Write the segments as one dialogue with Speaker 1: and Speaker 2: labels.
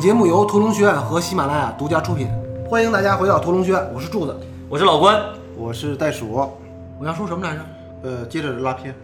Speaker 1: 节目由屠龙学院和喜马拉雅独家出品，欢迎大家回到屠龙学院，我是柱子，
Speaker 2: 我是老关，
Speaker 3: 我是袋鼠，
Speaker 1: 我要说什么 来着？啊
Speaker 3: 呃，接着拉片，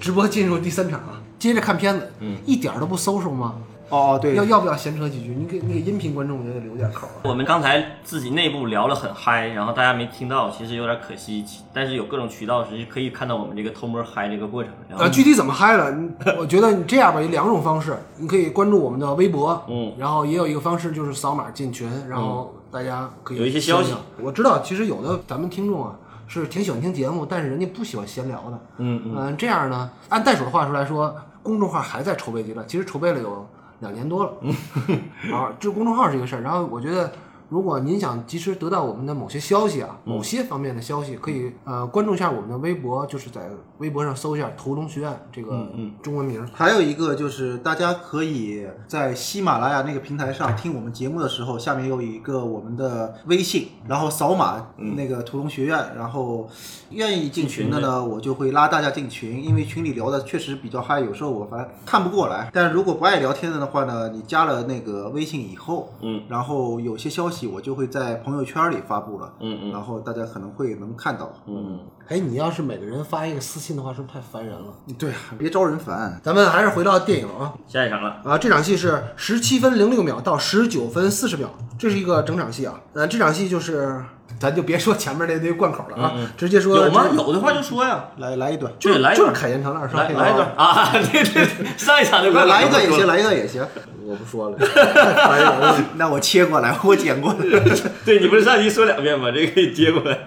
Speaker 1: 直播进入第三场啊，接着看片子，嗯，一点儿都不 social 吗？
Speaker 3: 哦哦对，
Speaker 1: 要要不要闲扯几句？你给那个音频观众也得留点口啊。
Speaker 2: 我们刚才自己内部聊了很嗨，然后大家没听到，其实有点可惜。其但是有各种渠道是可以看到我们这个偷摸嗨这个过程。然后
Speaker 1: 呃，具体怎么嗨了？你我觉得你这样吧，有两种方式，你可以关注我们的微博，
Speaker 2: 嗯，
Speaker 1: 然后也有一个方式就是扫码进群，然后大家可以
Speaker 2: 有一些消息
Speaker 1: 听听。我知道，其实有的咱们听众啊是挺喜欢听节目，但是人家不喜欢闲聊的，
Speaker 2: 嗯
Speaker 1: 嗯、这样呢，按袋鼠的话说来说，公众号还在筹备阶段，其实筹备了有两年多了，
Speaker 2: 嗯
Speaker 1: 啊，这公众号是一个事儿，然后我觉得。如果您想及时得到我们的某些消息啊，
Speaker 2: 嗯
Speaker 1: 某些方面的消息，可以呃关注一下我们的微博，就是在微博上搜一下“屠龙学院”这
Speaker 2: 嗯
Speaker 1: 个中文名儿。
Speaker 3: 还有一个就是，大家可以在喜马拉雅那个平台上听我们节目的时候，下面有一个我们的微信，然后扫码那个屠龙学院，然后愿意进群的呢，我就会拉大家进群，因为群里聊的确实比较嗨，有时候我反看不过来。但如果不爱聊天的的话呢，你加了那个微信以后，
Speaker 2: 嗯，
Speaker 3: 然后有些消息我就会在朋友圈里发布了，
Speaker 2: 嗯嗯
Speaker 3: 然后大家可能会能看到，
Speaker 2: 嗯，
Speaker 1: 哎，你要是每个人发一个私信的话，是不是太烦人了？
Speaker 3: 对啊，别招人烦。
Speaker 1: 咱们还是回到电影啊，
Speaker 2: 下一场了，
Speaker 1: 啊，这场戏是十七分零六秒到十九分四十秒，这是一个整场戏啊。呃，这场戏就是，咱就别说前面那堆贯口了啊，直接说
Speaker 2: 嗯有吗？
Speaker 1: 这个
Speaker 2: 有的话就说呀，
Speaker 3: 来来一段，
Speaker 1: 就
Speaker 2: 对来一
Speaker 1: 就是
Speaker 2: 段
Speaker 1: 凯旋长二少
Speaker 2: 来
Speaker 1: 配
Speaker 2: 来一段
Speaker 1: 啊
Speaker 2: 啊！ 对对，对上一场就
Speaker 3: 来
Speaker 2: 快
Speaker 3: 来一段也行，。来一段也 行。
Speaker 1: 我不 说了，太烦人了。
Speaker 3: 那我切过来，我剪过来。
Speaker 2: 对你不是上集说两遍吗？这个可以接过来。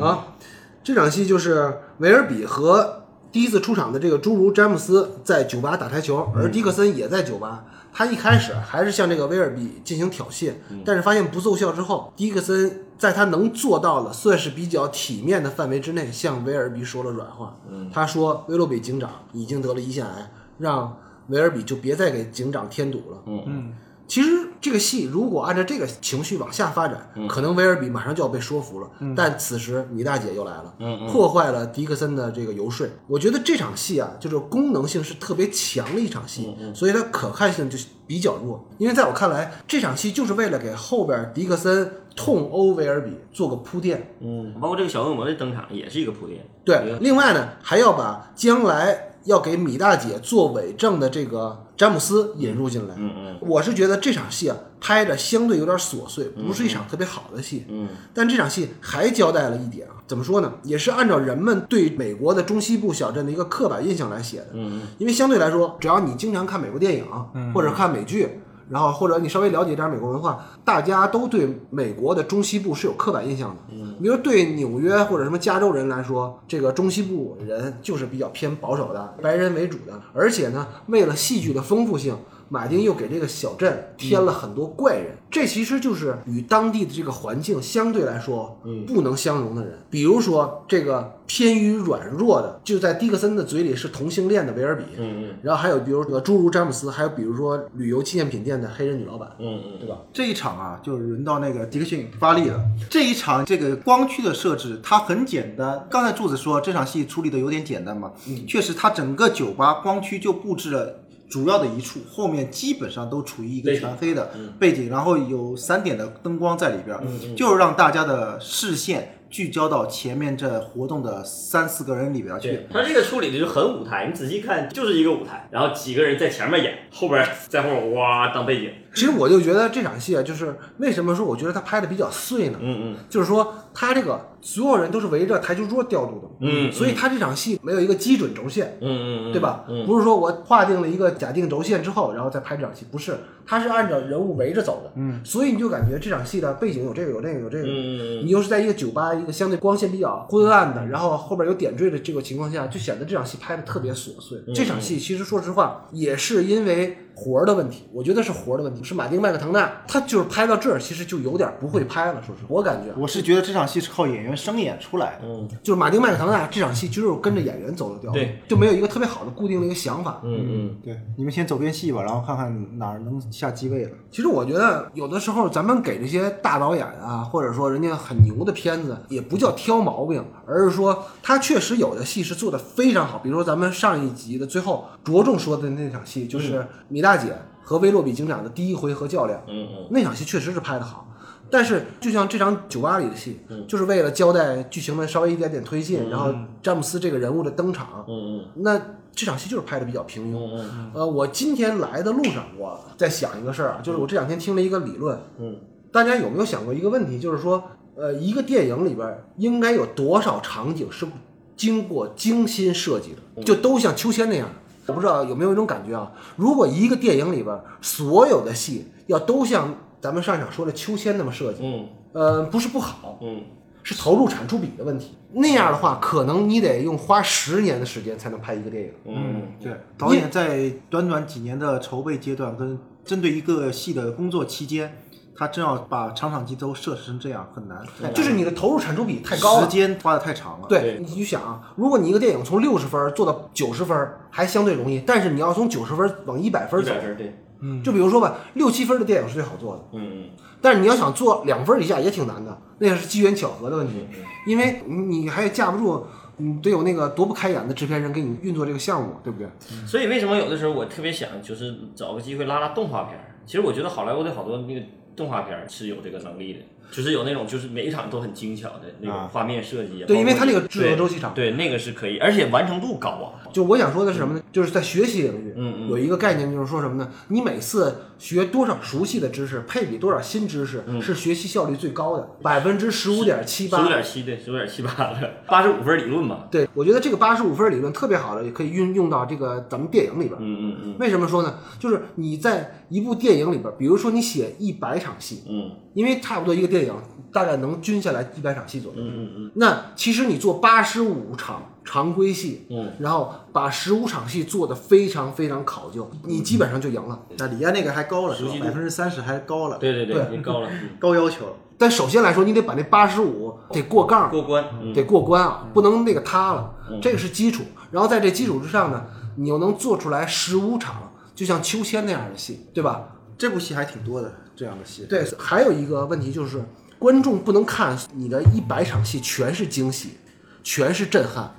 Speaker 1: 啊，这场戏就是维尔比和第一次出场的这个侏儒詹姆斯在酒吧打台球，而迪克森也在酒吧。他一开始还是向这个威尔比进行挑衅，但是发现不奏效之后，迪克森在他能做到的、算是比较体面的范围之内，向威尔比说了软话。他说：“威洛比警长已经得了胰腺癌，让维尔比就别再给警长添堵了。”其实这个戏如果按照这个情绪往下发展，可能维尔比马上就要被说服了。但此时米大姐又来了，破坏了迪克森的这个游说。我觉得这场戏啊，就是功能性是特别强的一场戏，所以它可看性就比较弱。因为在我看来，这场戏就是为了给后边迪克森痛殴维尔比做个铺垫。
Speaker 2: 嗯，包括这个小恶魔的登场也是一个铺垫。
Speaker 1: 对，另外呢，还要把将来要给米大姐做伪证的这个詹姆斯引入进来。嗯嗯，我是觉得这场戏啊拍的相对有点琐碎，不是一场特别好的戏。嗯，但这场戏还交代了一点啊，怎么说呢？也是按照人们对美国的中西部小镇的一个刻板印象来写的。嗯，因为相对来说，只要你经常看美国电影、或者看美剧。然后或者你稍微了解一点美国文化，大家都对美国的中西部是有刻板印象的。嗯，比如对纽约或者什么加州人来说，这个中西部人就是比较偏保守的，白人为主的。而且呢，为了戏剧的丰富性，马丁又给这个小镇添了很多怪人，这其实就是与当地的这个环境相对来说，
Speaker 2: 嗯
Speaker 1: 不能相容的人。比如说这个偏于软弱的，就在迪克森的嘴里是同性恋的维尔比，
Speaker 2: 嗯
Speaker 1: 然后还有比如说诸如詹姆斯，还有比如说旅游纪念品店的黑人女老板，
Speaker 2: 嗯嗯，
Speaker 1: 对吧？
Speaker 3: 这一场啊，就是轮到那个迪克逊发力了。这一场这个光区的设置，它很简单。刚才柱子说这场戏处理的有点简单嘛，确实，它整个酒吧光区就布置了。主要的一处，后面基本上都处于一个全黑的背景，然后有三点的灯光在里边儿，就是让大家的视线聚焦到前面这活动的三四个人里边儿去
Speaker 2: 对。他这个处理的就很舞台，你仔细看就是一个舞台，然后几个人在前面演，后边在后面哇当背景。
Speaker 1: 其实我就觉得这场戏啊，就是为什么说我觉得他拍的比较碎呢？
Speaker 2: 嗯嗯，
Speaker 1: 就是说他这个所有人都是围着台球桌调度的，
Speaker 2: 嗯嗯
Speaker 1: 所以他这场戏没有一个基准轴线，
Speaker 2: 嗯嗯嗯，
Speaker 1: 对吧？不是说我划定了一个假定轴线之后，然后再拍这场戏，不是，他是按照人物围着走的，嗯，所以你就感觉这场戏的背景有这个有那个有这个，
Speaker 2: 嗯嗯嗯
Speaker 1: 你又是在一个酒吧一个相对光线比较昏暗
Speaker 2: 嗯
Speaker 1: 的，然后后边有点缀的这个情况下，就显得这场戏拍的特别琐碎。
Speaker 2: 嗯
Speaker 1: 这场戏其实说实话也是因为活儿的问题，我觉得是活儿的问题，是马丁麦克唐纳他就是拍到这儿，其实就有点不会拍了，说实话，我感觉啊
Speaker 2: 嗯
Speaker 3: 我是觉得这场戏是靠演员生演出来的。
Speaker 1: 就是马丁麦克唐纳这场戏就是跟着演员走的调，
Speaker 2: 对，
Speaker 1: 就没有一个特别好的固定的一个想法，
Speaker 2: 嗯嗯
Speaker 3: 对，你们先走遍戏吧，然后看看哪儿能下机位了。
Speaker 1: 其实我觉得，有的时候咱们给这些大导演啊，或者说人家很牛的片子，也不叫挑毛病，而是说他确实有的戏是做的非常好。比如说咱们上一集的最后着重说的那场戏，就是米大姐和威洛比警长的第一回合较量，
Speaker 2: 嗯嗯，
Speaker 1: 那场戏确实是拍的好。但是，就像这场酒吧里的戏，就是为了交代剧情的稍微一点点推进，然后詹姆斯这个人物的登场，
Speaker 2: 嗯
Speaker 1: 那这场戏就是拍的比较平庸。
Speaker 2: 嗯嗯
Speaker 1: 呃，我今天来的路上，我在想一个事儿啊，就是我这两天听了一个理论，
Speaker 2: 嗯，
Speaker 1: 大家有没有想过一个问题，就是说，呃，一个电影里边儿应该有多少场景是经过精心设计的，就都像秋千那样？我不知道有没有一种感觉啊，如果一个电影里边儿所有的戏要都像咱们上一场说的秋千那么设计，
Speaker 2: 嗯
Speaker 1: 呃，不是不好，
Speaker 2: 嗯
Speaker 1: 是投入产出比的问题。那样的话，可能你得用花十年的时间才能拍一个电影。
Speaker 2: 嗯
Speaker 3: 对，导演在短短几年的筹备阶段跟针对一个戏的工作期间，他真要把场场机都设置成这样很难，
Speaker 1: 就是你的投入产出比太高
Speaker 3: 时
Speaker 1: 了。
Speaker 3: 间花的太长了。，
Speaker 1: 对，你去想啊，如果你一个电影从六十分做到九十分还相对容易，但是你要从九十分往一百分
Speaker 2: 嗯，一
Speaker 1: 走
Speaker 2: 百，分对，
Speaker 1: 就比如说吧，六七分的电影是最好做的，
Speaker 2: 嗯
Speaker 1: 但是你要想做两分以下也挺难的，那是机缘巧合的问
Speaker 2: 嗯
Speaker 1: 题，因为你还架不住，你得有那个多不开眼的制片人给你运作这个项目，对不对？
Speaker 2: 嗯，所以为什么有的时候我特别想就是找个机会拉拉动画片儿？其实我觉得好莱坞的好多那个动画片儿是有这个能力的，就是有那种就是每一场都很精巧的那种画面设计啊，
Speaker 1: 对，
Speaker 2: 包括
Speaker 1: 因为它那个制作
Speaker 2: 对
Speaker 1: 周期长。
Speaker 2: 对那个是可以，而且完成度高啊。
Speaker 1: 就我想说的是什么呢？就是在学习领域，
Speaker 2: 嗯
Speaker 1: 有一个概念就是说什么呢？你每次学多少熟悉的知识，配比多少新知识，是学习效率最高的，百分之十五点七
Speaker 2: 嗯十五
Speaker 1: 八。
Speaker 2: 点七对，十五点七八的八十五分理论嘛。
Speaker 1: 对，我觉得这个八十五分理论特别好的，也可以运用到这个咱们电影里边。
Speaker 2: 嗯嗯
Speaker 1: 为什么说呢？就是你在一部电影里边，比如说你写一百场戏，
Speaker 2: 嗯
Speaker 1: 因为差不多一个电影大概能均下来一百场戏左右。
Speaker 2: 嗯嗯
Speaker 1: 那其实你做八十五场常规戏，
Speaker 2: 嗯，
Speaker 1: 然后把十五场戏做得非常非常考究，你基本上就赢了。
Speaker 3: 那李安那个还高了，
Speaker 2: 熟悉度
Speaker 3: 百分之三十还高了
Speaker 2: 嗯，，对对对，
Speaker 1: 对
Speaker 2: 您高了，
Speaker 3: 高要求了。
Speaker 1: 但首先来说，你得把那八十五得过杠，
Speaker 2: 过关。嗯
Speaker 1: 得过关啊，不能那个塌了
Speaker 2: 嗯，
Speaker 1: 这个是基础。然后在这基础之上呢，你又能做出来十五场，就像秋千那样的戏，对吧？
Speaker 3: 这部戏还挺多的，这样的戏。
Speaker 1: 对，还有一个问题就是，观众不能看你的一百场戏全是惊喜，全是震撼，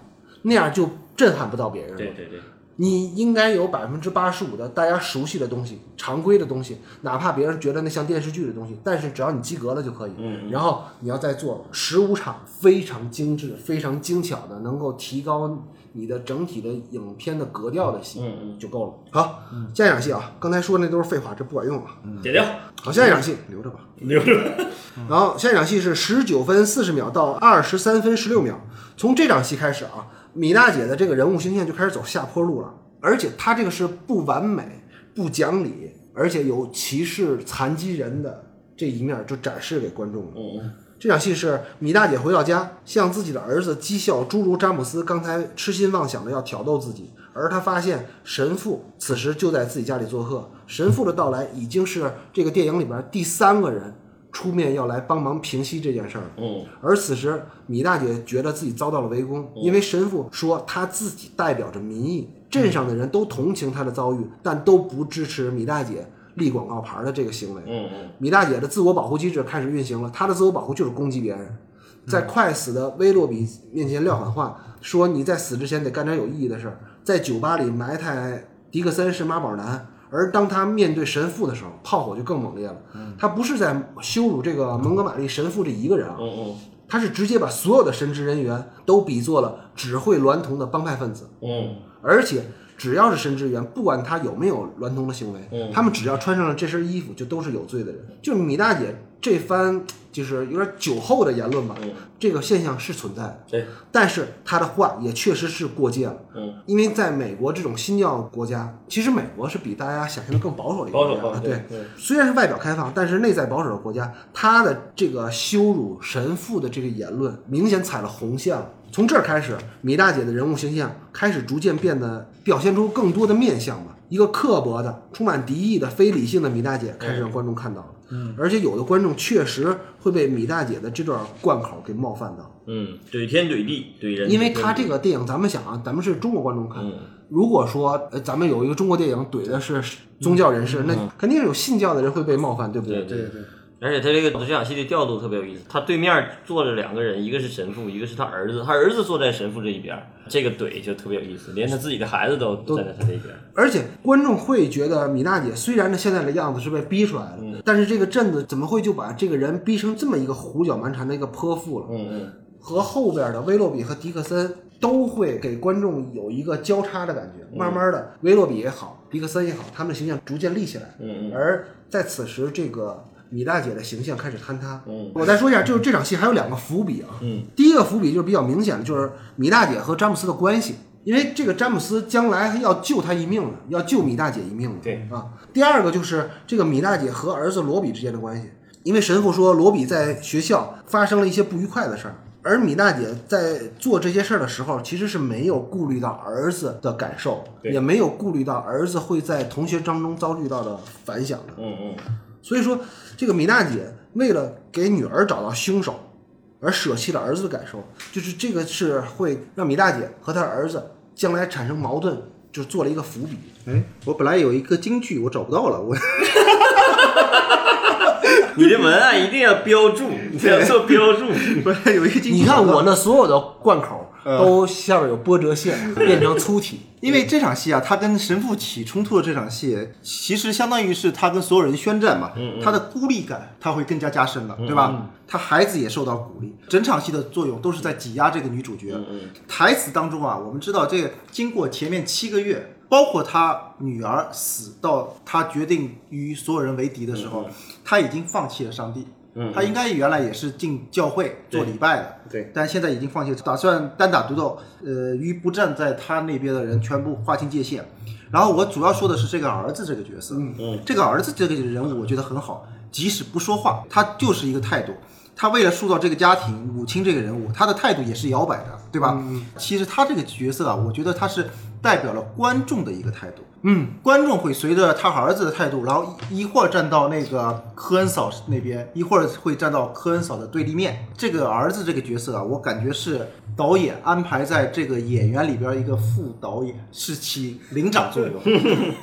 Speaker 1: 那样就震撼不到别人了。
Speaker 2: 对对对，
Speaker 1: 你应该有百分之八十五的大家熟悉的东西、常规的东西，哪怕别人觉得那像电视剧的东西，但是只要你及格了就可以。
Speaker 2: 嗯
Speaker 1: 然后你要再做十五场非常精致、非常精巧的，能够提高你的整体的影片的格调的戏，
Speaker 2: 嗯
Speaker 1: 就够了。好，下一场戏啊，刚才说那都是废话，这不管用啊。
Speaker 2: 嗯，解掉。
Speaker 1: 好，下一场戏留着吧，
Speaker 2: 留
Speaker 1: 着。然后下一场戏是十九分四十秒到二十三分十六秒，从这场戏开始啊，米娜姐的这个人物形象就开始走下坡路了，而且她这个是不完美、不讲理，而且有歧视残疾人的这一面就展示给观众了。
Speaker 2: 嗯
Speaker 1: 这场戏是米大姐回到家，向自己的儿子讥笑侏儒詹姆斯刚才痴心妄想的要挑逗自己，而她发现神父此时就在自己家里做客。神父的到来已经是这个电影里边第三个人出面要来帮忙平息这件事儿了。
Speaker 2: 嗯
Speaker 1: 而此时，米大姐觉得自己遭到了围攻，因为神父说他自己代表着民意，镇上的人都同情她的遭遇，但都不支持米大姐立广告牌的这个行为。
Speaker 2: 嗯嗯
Speaker 1: 米大姐的自我保护机制开始运行了，她的自我保护就是攻击别人，
Speaker 2: 嗯
Speaker 1: 在快死的威洛比面前撂狠话，说你在死之前得干点有意义的事儿。在酒吧里埋汰迪克森是妈宝男，而当他面对神父的时候，炮火就更猛烈了。
Speaker 2: 嗯
Speaker 1: 他不是在羞辱这个蒙哥马利神父这一个人啊，
Speaker 2: 嗯嗯
Speaker 1: 他是直接把所有的神职人员都比作了只会娈童的帮派分子。
Speaker 2: 嗯
Speaker 1: 而且只要是神职员，不管他有没有娈童的行为，
Speaker 2: 嗯
Speaker 1: 他们只要穿上了这身衣服，就都是有罪的人。就米大姐这番就是有点酒后的言论吧，
Speaker 2: 嗯
Speaker 1: 这个现象是存在的，
Speaker 2: 对，
Speaker 1: 但是她的话也确实是过界了。
Speaker 2: 嗯
Speaker 1: 因为在美国这种新教国家，其实美国是比大家想象的更保守的一个
Speaker 2: 保
Speaker 1: 国
Speaker 2: 守
Speaker 1: 家。
Speaker 2: 化
Speaker 1: 啊对，
Speaker 2: 对
Speaker 1: 虽然是外表开放，但是内在保守的国家，他的这个羞辱神父的这个言论，明显踩了红线了。从这儿开始，米大姐的人物形象开始逐渐变得表现出更多的面相吧。一个刻薄的、充满敌意的、非理性的米大姐开始让观众看到了，嗯，而且有的观众确实会被米大姐的这段贯口给冒犯到，
Speaker 2: 嗯，怼天怼地怼人，
Speaker 1: 因为她这个电影，咱们想啊，咱们是中国观众看，
Speaker 2: 嗯
Speaker 1: 如果说呃咱们有一个中国电影怼的是宗教人士，那肯定是有信教的人会被冒犯，对不
Speaker 2: 嗯对
Speaker 1: 对？
Speaker 2: 对对，而且他这个这场戏的调度特别有意思，他对面坐着两个人，一个是神父，一个是他儿子，他儿子坐在神父这一边，这个怼就特别有意思，连他自己的孩子都站在他这一边。
Speaker 1: 而且观众会觉得米娜姐虽然她现在的样子是被逼出来的，
Speaker 2: 嗯
Speaker 1: 但是这个镇子怎么会就把这个人逼成这么一个胡搅蛮缠的一个泼妇了？
Speaker 2: 嗯嗯，
Speaker 1: 和后边的威洛比和迪克森都会给观众有一个交叉的感
Speaker 2: 嗯
Speaker 1: 觉。慢慢的，威洛比也好，迪克森也好，他们的形象逐渐立起来。
Speaker 2: 嗯
Speaker 1: 而在此时，这个米大姐的形象开始坍塌。
Speaker 2: 嗯
Speaker 1: 我再说一下，就是这场戏还有两个伏笔啊。
Speaker 2: 嗯，
Speaker 1: 第一个伏笔就是比较明显的，就是米大姐和詹姆斯的关系，因为这个詹姆斯将来要救她一命了，要救米大姐一命了。
Speaker 2: 对
Speaker 1: 啊。第二个就是这个米大姐和儿子罗比之间的关系，因为神父说罗比在学校发生了一些不愉快的事儿。而米大姐在做这些事儿的时候，其实是没有顾虑到儿子的感受，
Speaker 2: 对
Speaker 1: 也没有顾虑到儿子会在同学当中遭遇到的反响的。
Speaker 2: 嗯
Speaker 1: 所以说，这个米娜姐为了给女儿找到凶手，而舍弃了儿子的感受，就是这个是会让米大姐和她儿子将来产生矛盾，就做了一个伏笔。
Speaker 3: 哎，我本来有一个金句，我找不到了，我
Speaker 2: 嗯， 你的文案一定要标注，你要做标注。
Speaker 3: 本来有一个金句。
Speaker 1: 你看我，那所有的贯口
Speaker 2: 嗯
Speaker 1: 都下面有波折线，变成粗体。
Speaker 3: 因为这场戏啊，他跟神父起冲突的这场戏，其实相当于是他跟所有人宣战嘛，他的孤立感他会更加加深了，对吧？他孩子也受到鼓励，整场戏的作用都是在挤压这个女主角。台词当中啊，我们知道这个经过前面七个月。包括他女儿死到他决定与所有人为敌的时候，他已经放弃了上帝。他应该原来也是进教会做礼拜的，
Speaker 1: 对，
Speaker 3: 但现在已经放弃，打算单打独斗，呃，与不站在他那边的人全部划清界限。然后我主要说的是这个儿子这个角色，嗯，这个儿子这个人物我觉得很好，即使不说话，他就是一个态度。他为了塑造这个家庭，母亲这个人物，他的态度也是摇摆的，对吧？其实他这个角色啊，我觉得他是代表了观众的一个态度。嗯， 观众会随着他儿子的态度，然后一一会儿站到那个科恩嫂那边，一会儿会站到科恩嫂的对立面。这个儿子这个角色啊，我感觉是导演安排在这个演员里边一个副导演，是起领长作 用。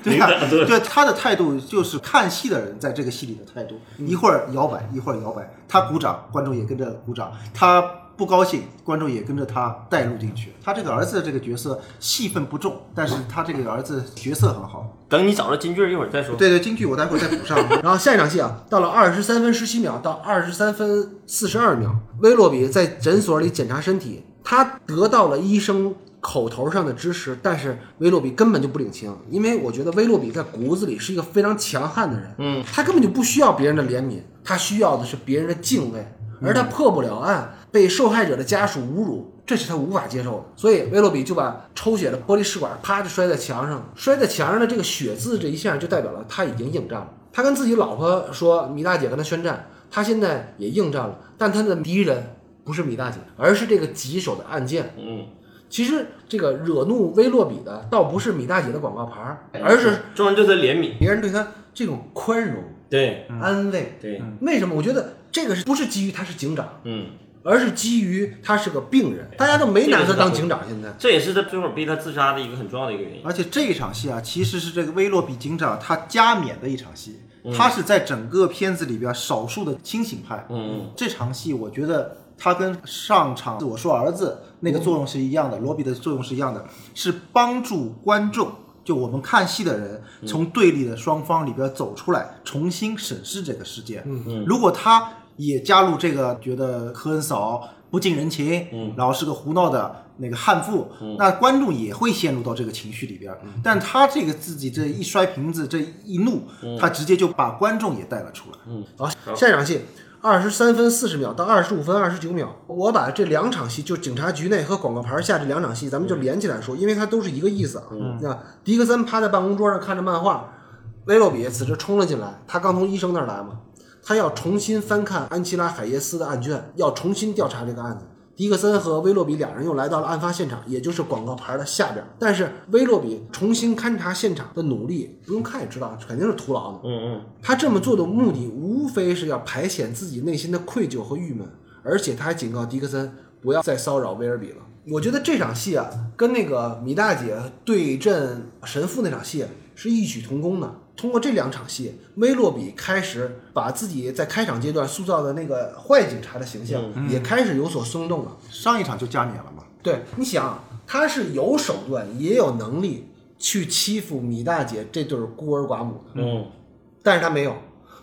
Speaker 3: 对呀、
Speaker 2: 领导作用
Speaker 3: 对他的态度就是看戏的人在这个戏里的态度，
Speaker 2: 嗯
Speaker 3: 一会儿摇摆，一会儿摇摆，他鼓掌，观众也跟着鼓掌，他。不高兴，观众也跟着他带入进去。他这个儿子的这个角色戏份不重，但是他这个儿子角色很好，
Speaker 2: 等你找到金句儿一会儿再说。
Speaker 3: 对对，京剧我待会儿再补上。
Speaker 1: 然后下一场戏啊，到了二十三分十七秒到二十三分四十二秒，威洛比在诊所里检查身体，他得到了医生口头上的支持，但是威洛比根本就不领情，因为我觉得威洛比在骨子里是一个非常强悍的人，嗯，他根本就不需要别人的怜悯，他需要的是别人的敬畏，而他破不了案，被受害者的家属侮辱。这是他无法接受的，所以威洛比就把抽血的玻璃试管啪就摔在墙上，摔在墙上的这个血渍这一下就代表了他已经应战了。他跟自己老婆说，米大姐跟他宣战，他现在也应战了，但他的敌人不是米大姐，而是这个棘手的案件。
Speaker 2: 嗯，
Speaker 1: 其实这个惹怒威洛比的，倒不是米大姐的广告牌儿，而是
Speaker 2: 众人对他怜悯。
Speaker 1: 别人对他这种宽容、
Speaker 2: 对
Speaker 1: 安慰。
Speaker 2: 对，
Speaker 1: 为什么？我觉得这个是不是基于他是警长，
Speaker 2: 嗯，哎
Speaker 1: 而是基于他是个病人，大家都没拿他当警长。现在，
Speaker 2: 这也是他最后逼他自杀的一个很重要的一个原因。
Speaker 3: 而且这一场戏啊，其实是这个威洛比警长他加冕的一场戏，他是在整个片子里边少数的清醒派。
Speaker 2: 嗯，
Speaker 3: 这场戏我觉得他跟上场我说儿子那个作用是一样
Speaker 2: 嗯
Speaker 3: 的，罗比的作用是一样的，是帮助观众。就我们看戏的人，
Speaker 1: 嗯
Speaker 3: 从对立的双方里边走出来，重新审视这个世界。嗯嗯，如果他也加入这个，觉得科恩嫂不近人情，嗯，然后是个胡闹的那个悍妇，
Speaker 1: 嗯
Speaker 3: 那观众也会陷入到这个情绪里边儿。但他这个自己这一摔瓶子，这一怒，
Speaker 1: 嗯
Speaker 3: 他直接就把观众也带了出来。
Speaker 1: 好，下一场戏二十三分四十秒到二十五分二十九秒，我把这两场戏，就警察局内和广告牌下这两场戏，咱们就连起来说，因为它都是一个意思啊。那迪克森趴在办公桌上看着漫画，威洛比此时冲了进来，他刚从医生那儿来嘛，他要重新翻看安琪拉·海耶斯的案卷，要重新调查这个案子。迪克森和威洛比俩人又来到了案发现场，也就是广告牌的下边。但是威洛比重新勘察现场的努力，不用看也知道，肯定是徒劳的。他这么做的目的无非是要排遣自己内心的愧疚和郁闷，而且他还警告迪克森不要再骚扰威尔比了。我觉得这场戏啊，跟那个米大姐对阵神父那场戏是异曲同工的。通过这两场戏，梅洛比开始把自己在开场阶段塑造的那个坏警察的形象也开始有所松动了。
Speaker 3: 上一场就加冕了嘛，
Speaker 1: 对，你想，他是有手段也有能力去欺负米大姐这对儿孤儿寡母的，
Speaker 2: 嗯，
Speaker 1: 但是他没有，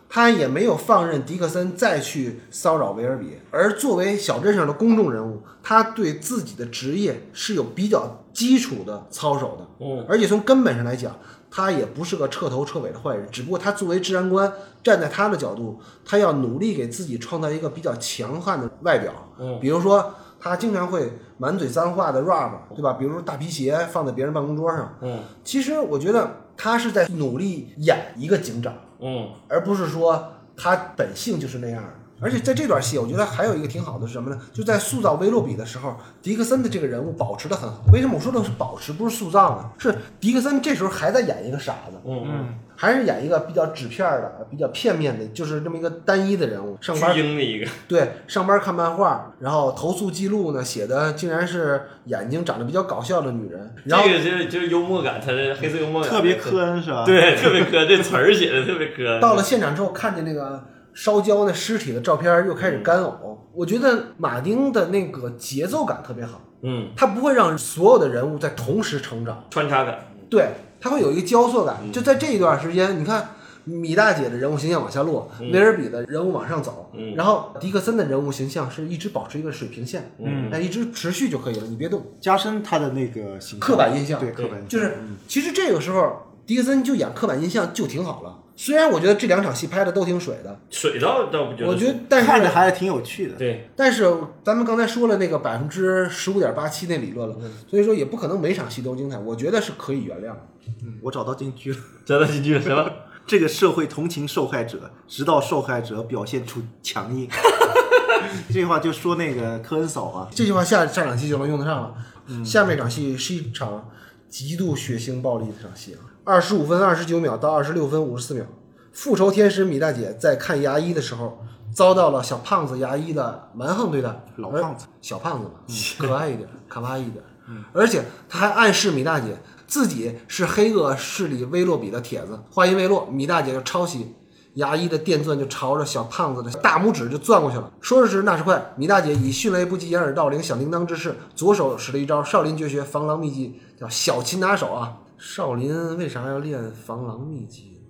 Speaker 1: 他也没有放任迪克森再去骚扰维尔比。而作为小镇上的公众人物，他对自己的职业是有比较基础的操守的。
Speaker 2: 嗯，
Speaker 1: 而且从根本上来讲，他也不是个彻头彻尾的坏人，只不过他作为治安官，站在他的角度，他要努力给自己创造一个比较强悍的外表。
Speaker 2: 嗯，
Speaker 1: 比如说。他经常会满嘴脏话的 rap，对吧？比如说大皮鞋放在别人办公桌上。
Speaker 2: 嗯
Speaker 1: 其实我觉得他是在努力演一个警长，
Speaker 2: 嗯
Speaker 1: 而不是说他本性就是那样的。而且在这段戏，我觉得还有一个挺好的是什么呢？就在塑造威洛比的时候，迪克森的这个人物保持的很好。为什么我说的是保持，不是塑造呢？是迪克森这时候还在演一个傻子，
Speaker 2: 嗯
Speaker 1: 还是演一个比较纸片儿的、比较片面的，就是这么一个单一的人物。上
Speaker 2: 嗯，
Speaker 1: 班
Speaker 2: 巨婴的一个，
Speaker 1: 对，上班看漫画，然后投诉记录呢写的竟然是眼睛长得比较搞笑的女人，然后
Speaker 2: 这个就是就是幽默感，他的黑色幽默感，
Speaker 3: 特别科恩是吧？，
Speaker 2: 啊对，特别磕，这词儿写的特别磕。
Speaker 1: 到了现场之后，看见那个烧焦的尸体的照片，又开始干呕。
Speaker 2: 嗯
Speaker 1: 我觉得马丁的那个节奏感特别好，
Speaker 2: 嗯，
Speaker 1: 他不会让所有的人物在同时成长，
Speaker 2: 穿插感，
Speaker 1: 对，他会有一个交错
Speaker 2: 嗯
Speaker 1: 感。就在这一段时间，你看。米大姐的人物形象往下落，梅尔比的人物往上走，
Speaker 2: 嗯
Speaker 1: 然后迪克森的人物形象是一直保持一个水平线，
Speaker 2: 嗯
Speaker 1: 那一直持续就可以了，你别动。
Speaker 3: 加深他的那个形象
Speaker 1: 刻板印象
Speaker 3: 对刻板印
Speaker 2: 嗯
Speaker 3: 象
Speaker 1: 就是其实这个时候，迪克森就演刻板印象就挺好了。虽然我觉得这两场戏拍的都挺水的，
Speaker 2: 水倒倒不觉得，
Speaker 1: 我觉得，但是
Speaker 3: 看着还是挺有趣的。
Speaker 2: 对，
Speaker 1: 但是咱们刚才说了那个百分之十五点八七那理论了，所以说也不可能每场戏都精彩，我觉得是可以原谅的。
Speaker 3: 嗯我找到金句了，
Speaker 2: 真的进去了是吧？
Speaker 3: 这个社会同情受害者，直到受害者表现出强硬。 这句话就说那个科恩嫂啊，
Speaker 1: 这句话下下两期就能用得上了。下面一场戏是一场极度血腥暴力的一场戏啊，二十五分二十九秒到二十六分五十四秒，复仇天使米大姐在看牙医的时候遭到了小胖子牙医的蛮横对待，
Speaker 3: 老
Speaker 1: 而
Speaker 3: 胖子，
Speaker 1: 小胖子嘛，可爱一点，卡哇伊一点，而且他还暗示米大姐自己是黑恶势力威洛比的帖子，话音未落，米大姐就抄袭。牙医的电钻就朝着小胖子的大拇指就钻过去了。说时迟，那时快，米大姐以迅雷不及掩耳盗铃、响叮当之势，左手使了一招少林绝学防狼秘技，叫小擒拿手啊。少林为啥要练防狼秘技？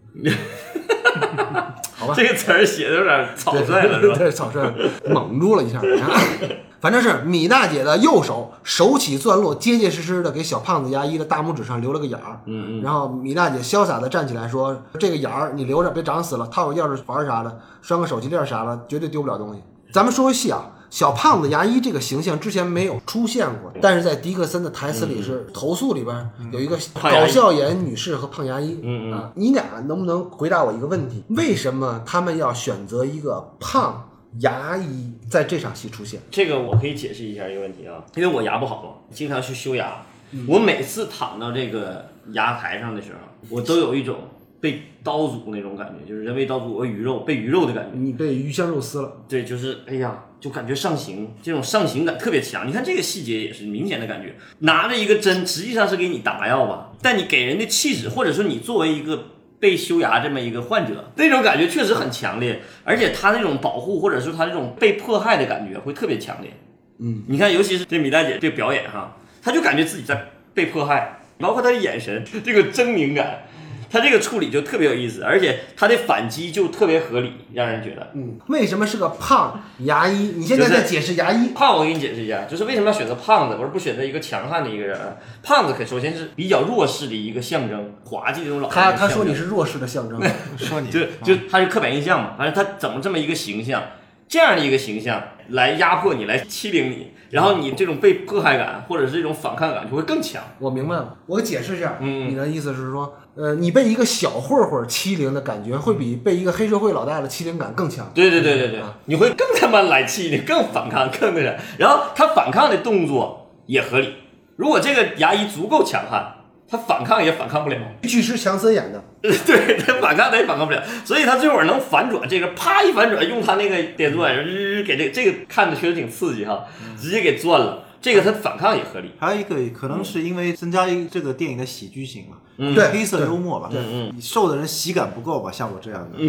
Speaker 1: 好吧，
Speaker 2: 这个词儿写的有点草
Speaker 1: 对
Speaker 2: 率了是 吧？
Speaker 1: 对，草率了，蒙住了一下。你看 反正是米大姐的右手手起攥落，结结实实的给小胖子牙医的大拇指上留了个眼儿。
Speaker 2: 嗯
Speaker 1: 然后米大姐潇洒的站起来说：“这个眼儿你留着，别长死了，套个钥匙环儿啥的，拴个手机链儿啥的，绝对丢不了东西。”咱们说回戏啊，小胖子牙医这个形象之前没有出现过，但是在迪克森的台词里是投诉里边儿有一个
Speaker 2: 嗯胖牙医
Speaker 1: 搞笑演女士和胖牙医。
Speaker 2: 嗯嗯
Speaker 1: 啊，你俩能不能回答我一个问题？为什么他们要选择一个胖牙医在这场戏出现？
Speaker 2: 这个我可以解释一下一个问题啊，因为我牙不好嘛，经常去修牙，
Speaker 1: 嗯
Speaker 2: 我每次躺到这个牙台上的时候，我都有一种被刀俎那种感觉，就是人为刀俎我鱼肉被鱼肉的感觉。
Speaker 1: 你被鱼香肉丝了。
Speaker 2: 对，就是哎呀，就感觉上刑，这种上刑感特别强。你看这个细节也是明显的感觉，拿着一个针，实际上是给你打麻药吧，但你给人的气质，或者说你作为一个被修牙这么一个患者，那种感觉确实很强烈，而且他那种保护，或者说他那种被迫害的感觉会特别强烈。嗯，你看，尤其是这米大姐这表演哈，她就感觉自己在被迫害，包括她的眼神这个狰狞感。她这个处理就特别有意思，而且她的反击就特别合理，让人觉得，
Speaker 1: 嗯，为什么是个胖牙医？你现在
Speaker 2: 就是
Speaker 1: 在解释牙医。
Speaker 2: 胖，我给你解释一下，就是为什么要选择胖子，而不选择一个强悍的一个人。胖子可首先是比较弱势的一个象征，滑稽的这种老年
Speaker 1: 他
Speaker 2: 人的
Speaker 1: 他
Speaker 2: 象征
Speaker 1: 说嗯你是弱势的象征，
Speaker 3: 说你
Speaker 2: 就是就他是刻板印象嘛，反正他怎么这么一个形象，这样的一个形象来压迫你，来欺凌你，然后你这种被迫害感或者是这种反抗感就会更强。
Speaker 1: 我明白了。我解释一下，
Speaker 2: 嗯
Speaker 1: 你的意思是说，呃，你被一个小混混欺凌的感觉，会比被一个黑社会老大的欺凌感更强。
Speaker 2: 对对对对对，
Speaker 1: 嗯
Speaker 2: 你会更他妈来气，你更反抗，更那啥。然后他反抗的动作也合理，如果这个牙医足够强悍，他反抗也反抗不了。
Speaker 1: 巨石强森演的，
Speaker 2: 对他反抗他也反抗不了，所以他最后能反转这个，啪嗯一反转，用他那个点钻，日日日给这这个看着确实挺刺激哈，直接给钻了。这个他反抗也合理。
Speaker 3: 还有一个可能是因为增加一这个电影的喜剧性嘛，
Speaker 2: 嗯
Speaker 1: 对
Speaker 3: 黑色幽默吧，
Speaker 2: 嗯
Speaker 3: 你受的人喜感不够吧，像我这样的，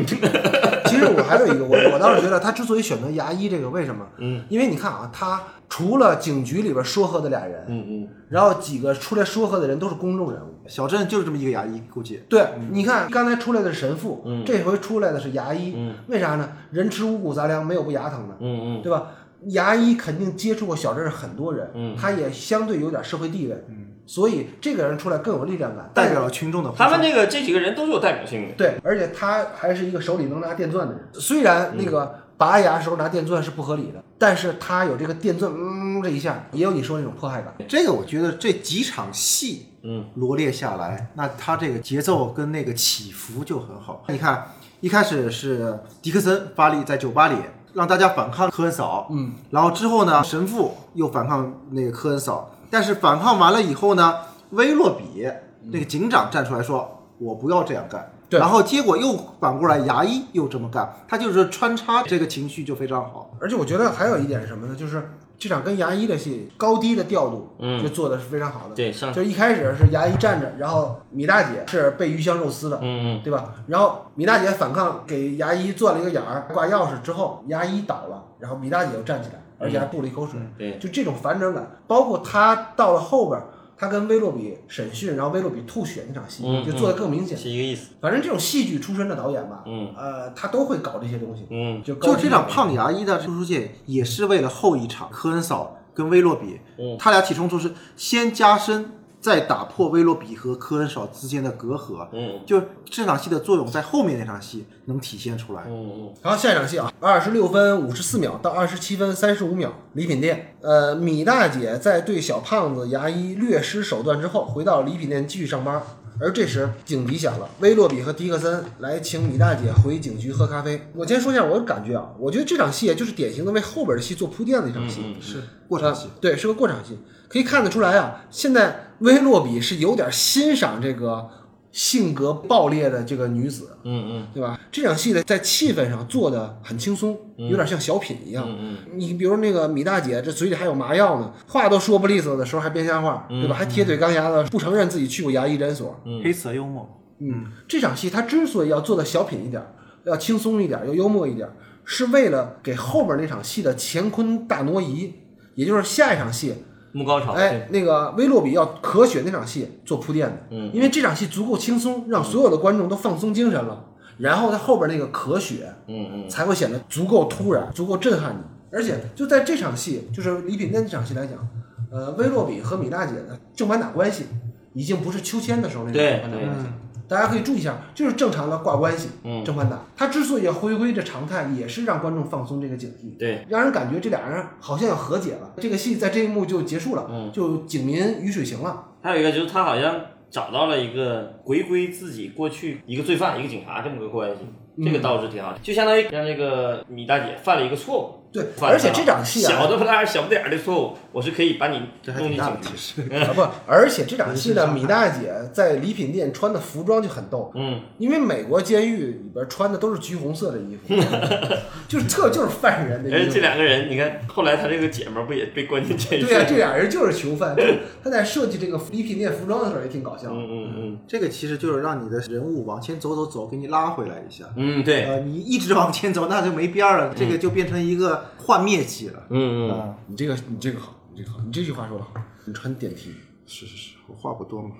Speaker 1: 其实我还有一个，我我倒是觉得他之所以选择牙医这个，为什么？
Speaker 2: 嗯，
Speaker 1: 因为你看啊，他除了警局里边说和的俩人，
Speaker 2: 嗯嗯，
Speaker 1: 然后几个出来说和的人都是公众人物。
Speaker 3: 小镇就是这么一个牙医，估计
Speaker 1: 对，你看刚才出来的是神父，
Speaker 2: 嗯
Speaker 1: 这回出来的是牙医，
Speaker 2: 嗯
Speaker 1: 为啥呢？人吃五谷杂粮，没有不牙疼的，
Speaker 2: 嗯嗯
Speaker 1: 对吧？牙医肯定接触过小镇很多人，
Speaker 2: 嗯
Speaker 1: 他也相对有点社会地位，所以这个人出来更有力量感。
Speaker 3: 代表了群众的呼
Speaker 2: 他
Speaker 3: 声
Speaker 2: 们这个这几个人都是有代表性的。嗯
Speaker 1: 对，而且他还是一个手里能拿电钻的人。虽然那个拔牙时候拿电钻是不合理的，但是他有这个电钻，嗯，这一下也有你说那种迫害感。
Speaker 3: 这个我觉得这几场戏
Speaker 2: 嗯
Speaker 3: 罗列下来，那他这个节奏跟那个起伏就很好。你看，一开始是迪克森发力在酒吧里让大家反抗科恩嫂，
Speaker 1: 嗯，
Speaker 3: 然后之后呢，神父又反抗那个科恩嫂，但是反抗完了以后呢，威洛比那个警长站出来说：“我不要这样干。”
Speaker 1: 对
Speaker 3: 然后结果又反过来，牙医又这么干，他就是穿插这个情绪就非常好。
Speaker 1: 而且我觉得还有一点是什么呢？就是这场跟牙医的戏高低的调度，
Speaker 2: 嗯
Speaker 1: 就做的是非常好的。
Speaker 2: 对上
Speaker 1: 就一开始是牙医站着，然后米大姐是被鱼香肉丝的，
Speaker 2: 嗯
Speaker 1: 对吧？然后米大姐反抗，给牙医钻了一个眼儿，挂钥匙之后，牙医倒了，然后米大姐又站起来，而且还吐了一口水。
Speaker 2: 嗯对
Speaker 1: 就这种反转感，包括他到了后边儿，他跟威洛比审讯，然后威洛比吐血那场戏，
Speaker 2: 嗯
Speaker 1: 就做的更明显
Speaker 2: 嗯，。是一个意思。
Speaker 1: 反正这种戏剧出身的导演吧，
Speaker 2: 嗯
Speaker 1: 呃，他都会搞这些东西。
Speaker 2: 嗯
Speaker 1: 就高
Speaker 3: 就
Speaker 1: 低
Speaker 3: 这场
Speaker 1: 的
Speaker 3: 胖牙医的冲突界也是为了后一场科恩嫂跟威洛比，
Speaker 2: 嗯
Speaker 3: 他俩起冲突是先加深，再打破威洛比和科恩嫂之间的隔阂。
Speaker 2: 嗯
Speaker 3: 就这场戏的作用在后面那场戏能体现出来。
Speaker 2: 嗯
Speaker 1: 然后下一场戏啊，二十六分五十四秒到二十七分三十五秒，礼品店。呃，米大姐在对小胖子牙医略施手段之后，回到礼品店继续上班。而这时警笛响了，威洛比和迪克森来请米大姐回警局喝咖啡。我先说一下我的感觉啊，我觉得这场戏就是典型的为后边的戏做铺垫的一场戏。
Speaker 2: 嗯
Speaker 3: 是过场戏
Speaker 1: 呃，对，是个过场戏，可以看得出来啊，现在威洛比是有点欣赏这个性格暴烈的这个女子，
Speaker 2: 嗯嗯
Speaker 1: 对吧？这场戏的在气氛上做的很轻松，有点像小品一样。
Speaker 2: 嗯
Speaker 1: 你比如那个米大姐，这嘴里还有麻药呢，话都说不利索的时候还编瞎话，
Speaker 2: 嗯
Speaker 1: 对吧？还铁嘴钢牙的不承认自己去过牙医诊所。
Speaker 3: 黑色幽默，
Speaker 1: 嗯，这场戏它之所以要做的小品一点，要轻松一点，要幽默一点，是为了给后边那场戏的乾坤大挪移，也就是下一场戏
Speaker 2: 幕高潮。
Speaker 1: 哎，那个威洛比要咳血那场戏做铺垫的，
Speaker 2: 嗯
Speaker 1: 因为这场戏足够轻松，让所有的观众都放松精神了，然后他后边那个咳血
Speaker 2: 嗯嗯
Speaker 1: 才会显得足够突然，足够震撼你。而且就在这场戏，就是礼品店这场戏来讲，呃，威洛比和米大姐的正反打关系已经不是秋千的时候那种
Speaker 2: 对
Speaker 1: 正反打
Speaker 2: 对
Speaker 1: 关系。大家可以注意一下，就是正常的挂关系，
Speaker 2: 嗯
Speaker 1: 正反打。他之所以要回归这常态，也是让观众放松这个警惕。
Speaker 2: 对，
Speaker 1: 让人感觉这俩人好像要和解了，这个戏在这一幕就结束了，
Speaker 2: 嗯
Speaker 1: 就警民鱼水行了。
Speaker 2: 还有一个就是他好像找到了一个回归自己过去一个罪犯一个警察这么个关系，
Speaker 1: 嗯
Speaker 2: 这个倒是挺好的，就相当于让这个米大姐犯了一个错误。
Speaker 1: 对，
Speaker 2: 犯了
Speaker 1: 而且这场戏
Speaker 2: 小
Speaker 1: 啊，
Speaker 2: 的不拉小不点儿的错误，我是可以把你
Speaker 3: 这还
Speaker 2: 弄
Speaker 3: 挺
Speaker 2: 进
Speaker 3: 大的
Speaker 2: 警
Speaker 3: 提
Speaker 2: 局。
Speaker 3: 示。
Speaker 1: 啊不，而且这场戏呢，米大姐在礼品店穿的服装就很逗，
Speaker 2: 嗯，
Speaker 1: 因为美国监狱里边穿的都是橘红色的衣 服，就是特就是犯人的
Speaker 2: 而
Speaker 1: 衣
Speaker 2: 且哎这
Speaker 1: 服。
Speaker 2: 两个人，你看后来他这个姐们儿不也被关进监狱？
Speaker 1: 对啊呀、这俩人就是囚 犯。就是他在设计这个礼品店服装的时候也挺搞笑的。
Speaker 2: 嗯嗯
Speaker 3: 这个其实就是让你的人物往前走走走，给你拉回来一下。
Speaker 2: 嗯嗯，对，
Speaker 3: 呃，你一直往前走，那就没边儿了，这个就变成一个幻灭期了。
Speaker 2: 嗯嗯，
Speaker 3: 啊，
Speaker 1: 你这个你这个好，你这个好，你这句话说的好，你穿电梯。
Speaker 3: 是是是，我话不多嘛。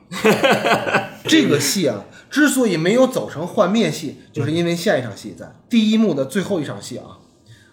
Speaker 1: 这个戏啊，之所以没有走成幻灭戏，就是因为下一场戏在第一幕的最后一场戏啊，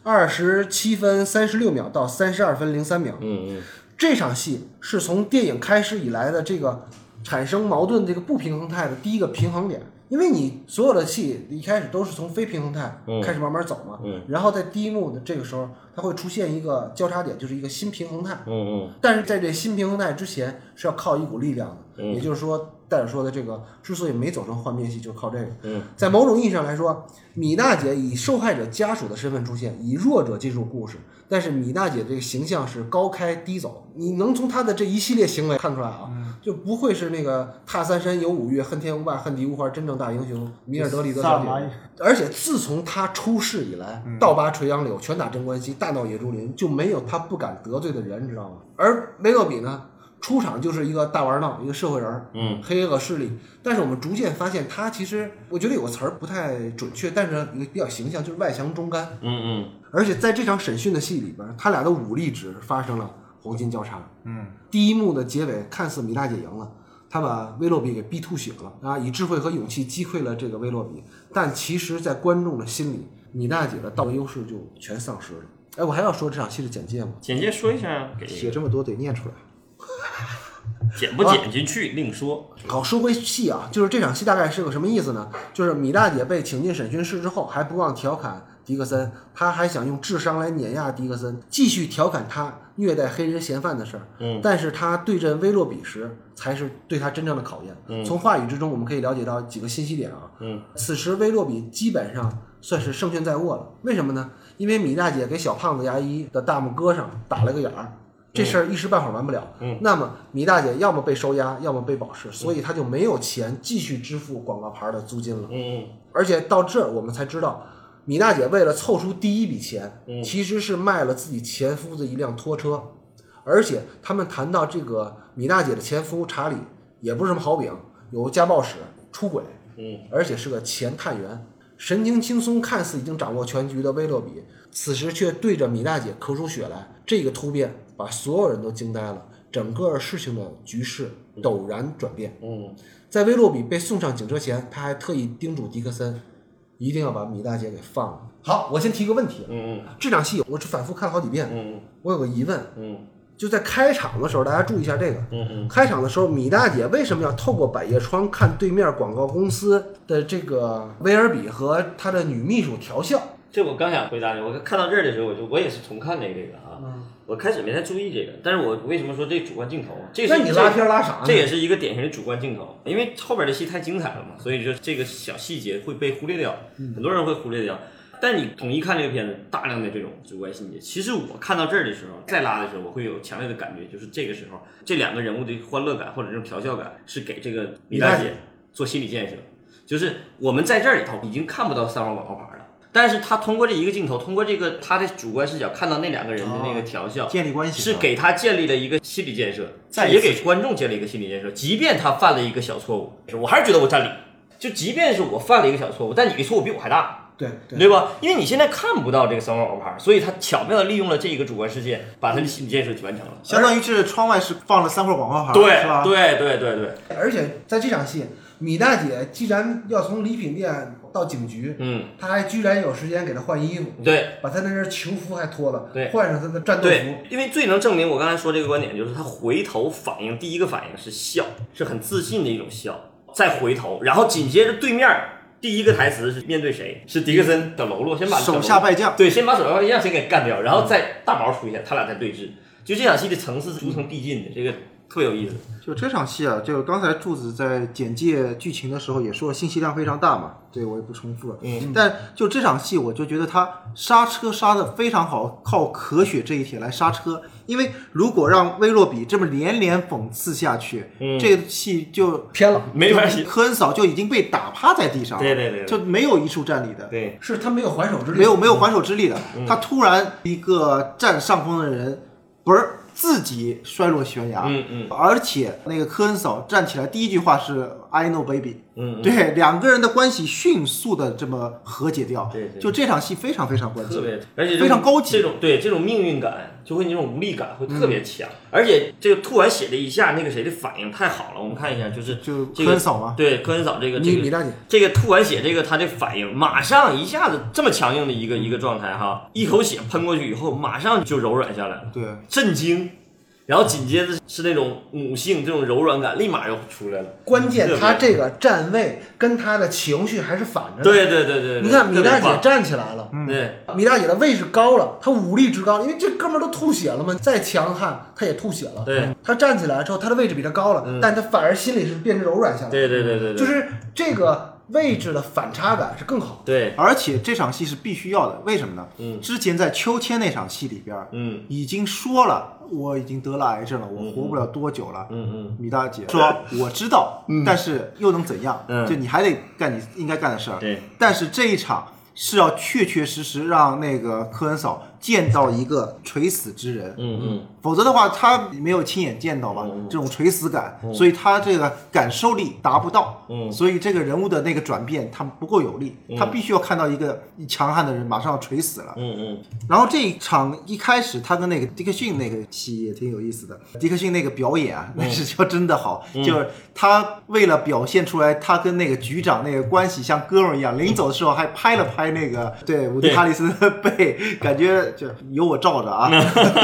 Speaker 1: 二十七分三十六秒到三十二分零三秒，
Speaker 2: 嗯嗯，
Speaker 1: 这场戏是从电影开始以来的这个产生矛盾这个不平衡态的第一个平衡点。因为你所有的戏一开始都是从非平衡态
Speaker 2: 嗯
Speaker 1: 开始慢慢走嘛，
Speaker 2: 嗯
Speaker 1: 然后在第一幕的这个时候，它会出现一个交叉点，就是一个新平衡态。
Speaker 2: 嗯嗯，
Speaker 1: 但是在这新平衡带之前是要靠一股力量的，也就是说，戴尔说的这个之所以没走成幻变系，就是靠这个。
Speaker 2: 嗯，
Speaker 1: 在某种意义上来说，米娜姐以受害者家属的身份出现，以弱者进入故事，但是米娜姐这个形象是高开低走，你能从她的这一系列行为看出来啊，就不会是那个踏三山游五岳，恨天无霸，恨地无花，真正大英雄米尔德里德小
Speaker 3: 萨
Speaker 1: 姐
Speaker 3: 满。
Speaker 2: 嗯
Speaker 1: 而且自从她出世以来，倒拔垂杨柳，拳打镇关西，大看到野猪林，就没有他不敢得罪的人，你知道吗？而雷诺比呢，出场就是一个大玩闹，一个社会人儿，
Speaker 2: 嗯，
Speaker 1: 黑恶势力。但是我们逐渐发现，他其实我觉得有个词儿不太准确，但是比较形象，就是外强中干。
Speaker 2: 嗯嗯
Speaker 1: 而且在这场审讯的戏里边，他俩的武力值发生了黄金交叉。
Speaker 3: 嗯，
Speaker 1: 第一幕的结尾，看似米大姐赢了，她把威洛比给逼吐血了啊，以智慧和勇气击溃了这个威洛比，但其实，在观众的心里，米大姐的道德优势就全丧失了。哎，我还要说这场戏的简介吗？
Speaker 2: 简介说一下，给
Speaker 1: 写这么多得念出来。
Speaker 2: 剪不剪进去另说。
Speaker 1: 好，说回戏啊，就是这场戏大概是个什么意思呢？就是米大姐被请进审讯室之后，还不忘调侃迪克森，她还想用智商来碾压迪克森，继续调侃他虐待黑人嫌犯的事儿。
Speaker 2: 嗯，
Speaker 1: 但是他对阵威洛比时，才是对他真正的考验。
Speaker 2: 嗯
Speaker 1: 从话语之中我们可以了解到几个信息点啊。
Speaker 2: 嗯，
Speaker 1: 此时威洛比基本上算是胜券在握了，为什么呢？因为米大姐给小胖子牙医的大拇哥上打了个眼儿，这事儿一时半会儿完不了。
Speaker 2: 嗯
Speaker 1: 那么米大姐要么被收押，要么被保释，所以她就没有钱继续支付广告牌的租金了。
Speaker 2: 嗯
Speaker 1: 而且到这儿我们才知道，米大姐为了凑出第一笔钱，
Speaker 2: 嗯
Speaker 1: 其实是卖了自己前夫的一辆拖车。而且他们谈到这个米大姐的前夫查理也不是什么好饼，有家暴史、出轨，
Speaker 2: 嗯
Speaker 1: 而且是个前探员。神情轻松，看似已经掌握全局的威洛比，此时却对着米大姐咳出血来。这个突变把所有人都惊呆了，整个事情的局势陡然转变。
Speaker 2: 嗯
Speaker 1: 在威洛比被送上警车前，他还特意叮嘱迪克森，一定要把米大姐给放了。好，我先提个问题啊
Speaker 2: 嗯，嗯
Speaker 1: 这场戏我是反复看了好几遍，
Speaker 2: 嗯
Speaker 1: 我有个疑问，
Speaker 2: 嗯
Speaker 1: 就在开场的时候，大家注意一下这个。
Speaker 2: 嗯
Speaker 1: 开场的时候，米大姐为什么要透过百叶窗看对面广告公司的这个威尔比和他的女秘书调笑？
Speaker 2: 这我刚想回答你，我看到这儿的时候，我就我也是重看了这个啊。
Speaker 1: 嗯
Speaker 2: 我开始没太注意这个，但是我为什么说这主观镜头啊？这是
Speaker 1: 那你拉片拉啥呢？
Speaker 2: 这也是一个典型的主观镜头，因为后边的戏太精彩了嘛，所以说这个小细节会被忽略掉，
Speaker 1: 嗯
Speaker 2: 很多人会忽略掉。但你统一看这个片子，大量的这种主观细节，其实我看到这儿的时候，再拉的时候，我会有强烈的感觉，就是这个时候这两个人物的欢乐感或者这种调笑感，是给这个李大
Speaker 1: 李大
Speaker 2: 姐做心理建设。就是我们在这里头已经看不到三方广告牌了，但是他通过这一个镜头，通过这个他的主观视角，看到那两个人的那
Speaker 1: 哦
Speaker 2: 个调笑，
Speaker 3: 建立关系
Speaker 2: 是给他建立了一个心理建设，
Speaker 3: 再一
Speaker 2: 也
Speaker 3: 次
Speaker 2: 给观众建立一个心理建设。即便他犯了一个小错误，我还是觉得我占理。就即便是我犯了一个小错误，但你的错误比我还大，
Speaker 1: 对
Speaker 2: 对
Speaker 1: 对，
Speaker 2: 吧？因为你现在看不到这个三块广告牌，所以他巧妙的利用了这一个主观事件，把他的心理建设完成了。
Speaker 3: 相当于是窗外是放了三块广告牌，
Speaker 2: 对
Speaker 3: 是吧？
Speaker 2: 对对对对，
Speaker 1: 而且在这场戏，米大姐既然要从礼品店到警局，
Speaker 2: 嗯，
Speaker 1: 她还居然有时间给她换衣服，
Speaker 2: 对
Speaker 1: 把她那身囚服还脱了，
Speaker 2: 对
Speaker 1: 换上她的战斗服
Speaker 2: 对。，因为最能证明我刚才说这个观点，就是他回头反应，第一个反应是笑，是很自信的一种笑，再回头，然后紧接着对面第一个台词是面对谁？是迪克森的喽啰，先把
Speaker 3: 手
Speaker 2: 等喽
Speaker 3: 下
Speaker 2: 啰
Speaker 3: 败将，
Speaker 2: 对，先把手铐一样先给干掉，然后再大毛出现，他俩再对峙。就这场戏的层次是逐层递进的，这个特别有意思。
Speaker 3: 就这场戏啊，就是刚才柱子在简介剧情的时候也说了，信息量非常大嘛，对我也不重复了。
Speaker 2: 嗯，
Speaker 3: 但就这场戏，我就觉得他刹车刹的非常好，靠咳血这一铁来刹车。因为如果让威洛比这么连连讽刺下去，
Speaker 2: 嗯
Speaker 3: 这个戏就
Speaker 1: 偏了，
Speaker 2: 没关系，
Speaker 3: 科恩嫂就已经被打趴在地上了，
Speaker 2: 对对对对
Speaker 3: 就没有一处站立的。
Speaker 2: 对，嗯
Speaker 1: 是她没有还手之力，
Speaker 3: 没有没有还手之力的。他突然一个占上风的人，不是自己摔落悬崖，
Speaker 2: 嗯嗯
Speaker 3: 而且那个科恩嫂站起来第一句话是 “I know baby”，
Speaker 2: 嗯，
Speaker 3: 对，两个人的关系迅速的这么和解掉，
Speaker 2: 对对
Speaker 3: 就这场戏非常非常关
Speaker 2: 特
Speaker 3: 键。
Speaker 2: 别，而且这种
Speaker 3: 非常高级
Speaker 2: 这种对这种命运感，就会那种无力感会特别强。而且这个突然写了一下，那个谁的反应太好了，我们看一下，就是
Speaker 3: 就
Speaker 2: 这
Speaker 3: 科
Speaker 2: 个
Speaker 3: 恩嫂
Speaker 1: 啊
Speaker 3: 嘛，
Speaker 2: 对科恩嫂这个这
Speaker 1: 米米
Speaker 2: 个
Speaker 1: 大姐。
Speaker 2: 这个突然写这个他的反应，马上一下子这么强硬的一个一个状态哈，一口血喷过去以后，马上就柔软下来了。
Speaker 3: 对，
Speaker 2: 震惊，然后紧接着是那种母性这种柔软感，立马又出来了。
Speaker 1: 关键
Speaker 2: 特别
Speaker 1: 她这个站位跟她的情绪还是反着的。
Speaker 2: 对对对对，对
Speaker 1: 你看米大姐，
Speaker 2: 特
Speaker 1: 站起来了，
Speaker 2: 别棒对
Speaker 1: 米大姐的位置高了，她武力值高，因为这哥们儿都吐血了嘛，再强悍他也吐血了。
Speaker 2: 对嗯
Speaker 1: 她站起来之后，她的位置比他高了，但她反而心里是变得柔软下来，
Speaker 2: 对对对对对，
Speaker 1: 就是这个位置的反差感是更好。
Speaker 2: 对，
Speaker 3: 而且这场戏是必须要的，为什么呢？
Speaker 2: 嗯
Speaker 3: 之前在秋千那场戏里边儿
Speaker 2: 嗯
Speaker 3: 已经说了，我已经得了癌症了，我活不了多久了。
Speaker 2: 嗯
Speaker 3: 米大姐说：“我知道，但是又能怎样？
Speaker 2: 嗯
Speaker 3: 就你还得干你应该干的事儿
Speaker 2: 嗯，。对
Speaker 3: 但是这一场是要确确实实让那个科恩嫂见到一个垂死之人，
Speaker 2: 嗯
Speaker 3: 否则的话他没有亲眼见到吧，这种垂死感，所以他这个感受力达不到，
Speaker 2: 嗯
Speaker 3: 所以这个人物的那个转变他不够有力，他必须要看到一个强悍的人马上要垂死了
Speaker 2: 嗯，嗯
Speaker 3: 然后这一场一开始，他跟那个迪克逊那个戏也挺有意思的。迪克逊那个表演啊，
Speaker 2: 嗯
Speaker 3: 那是叫真的好， 就是他为了表现出来他跟那个局长那个关系像哥们儿一样，临走的时候还拍了拍那个对伍迪·哈里斯的背，感觉就有我罩着啊，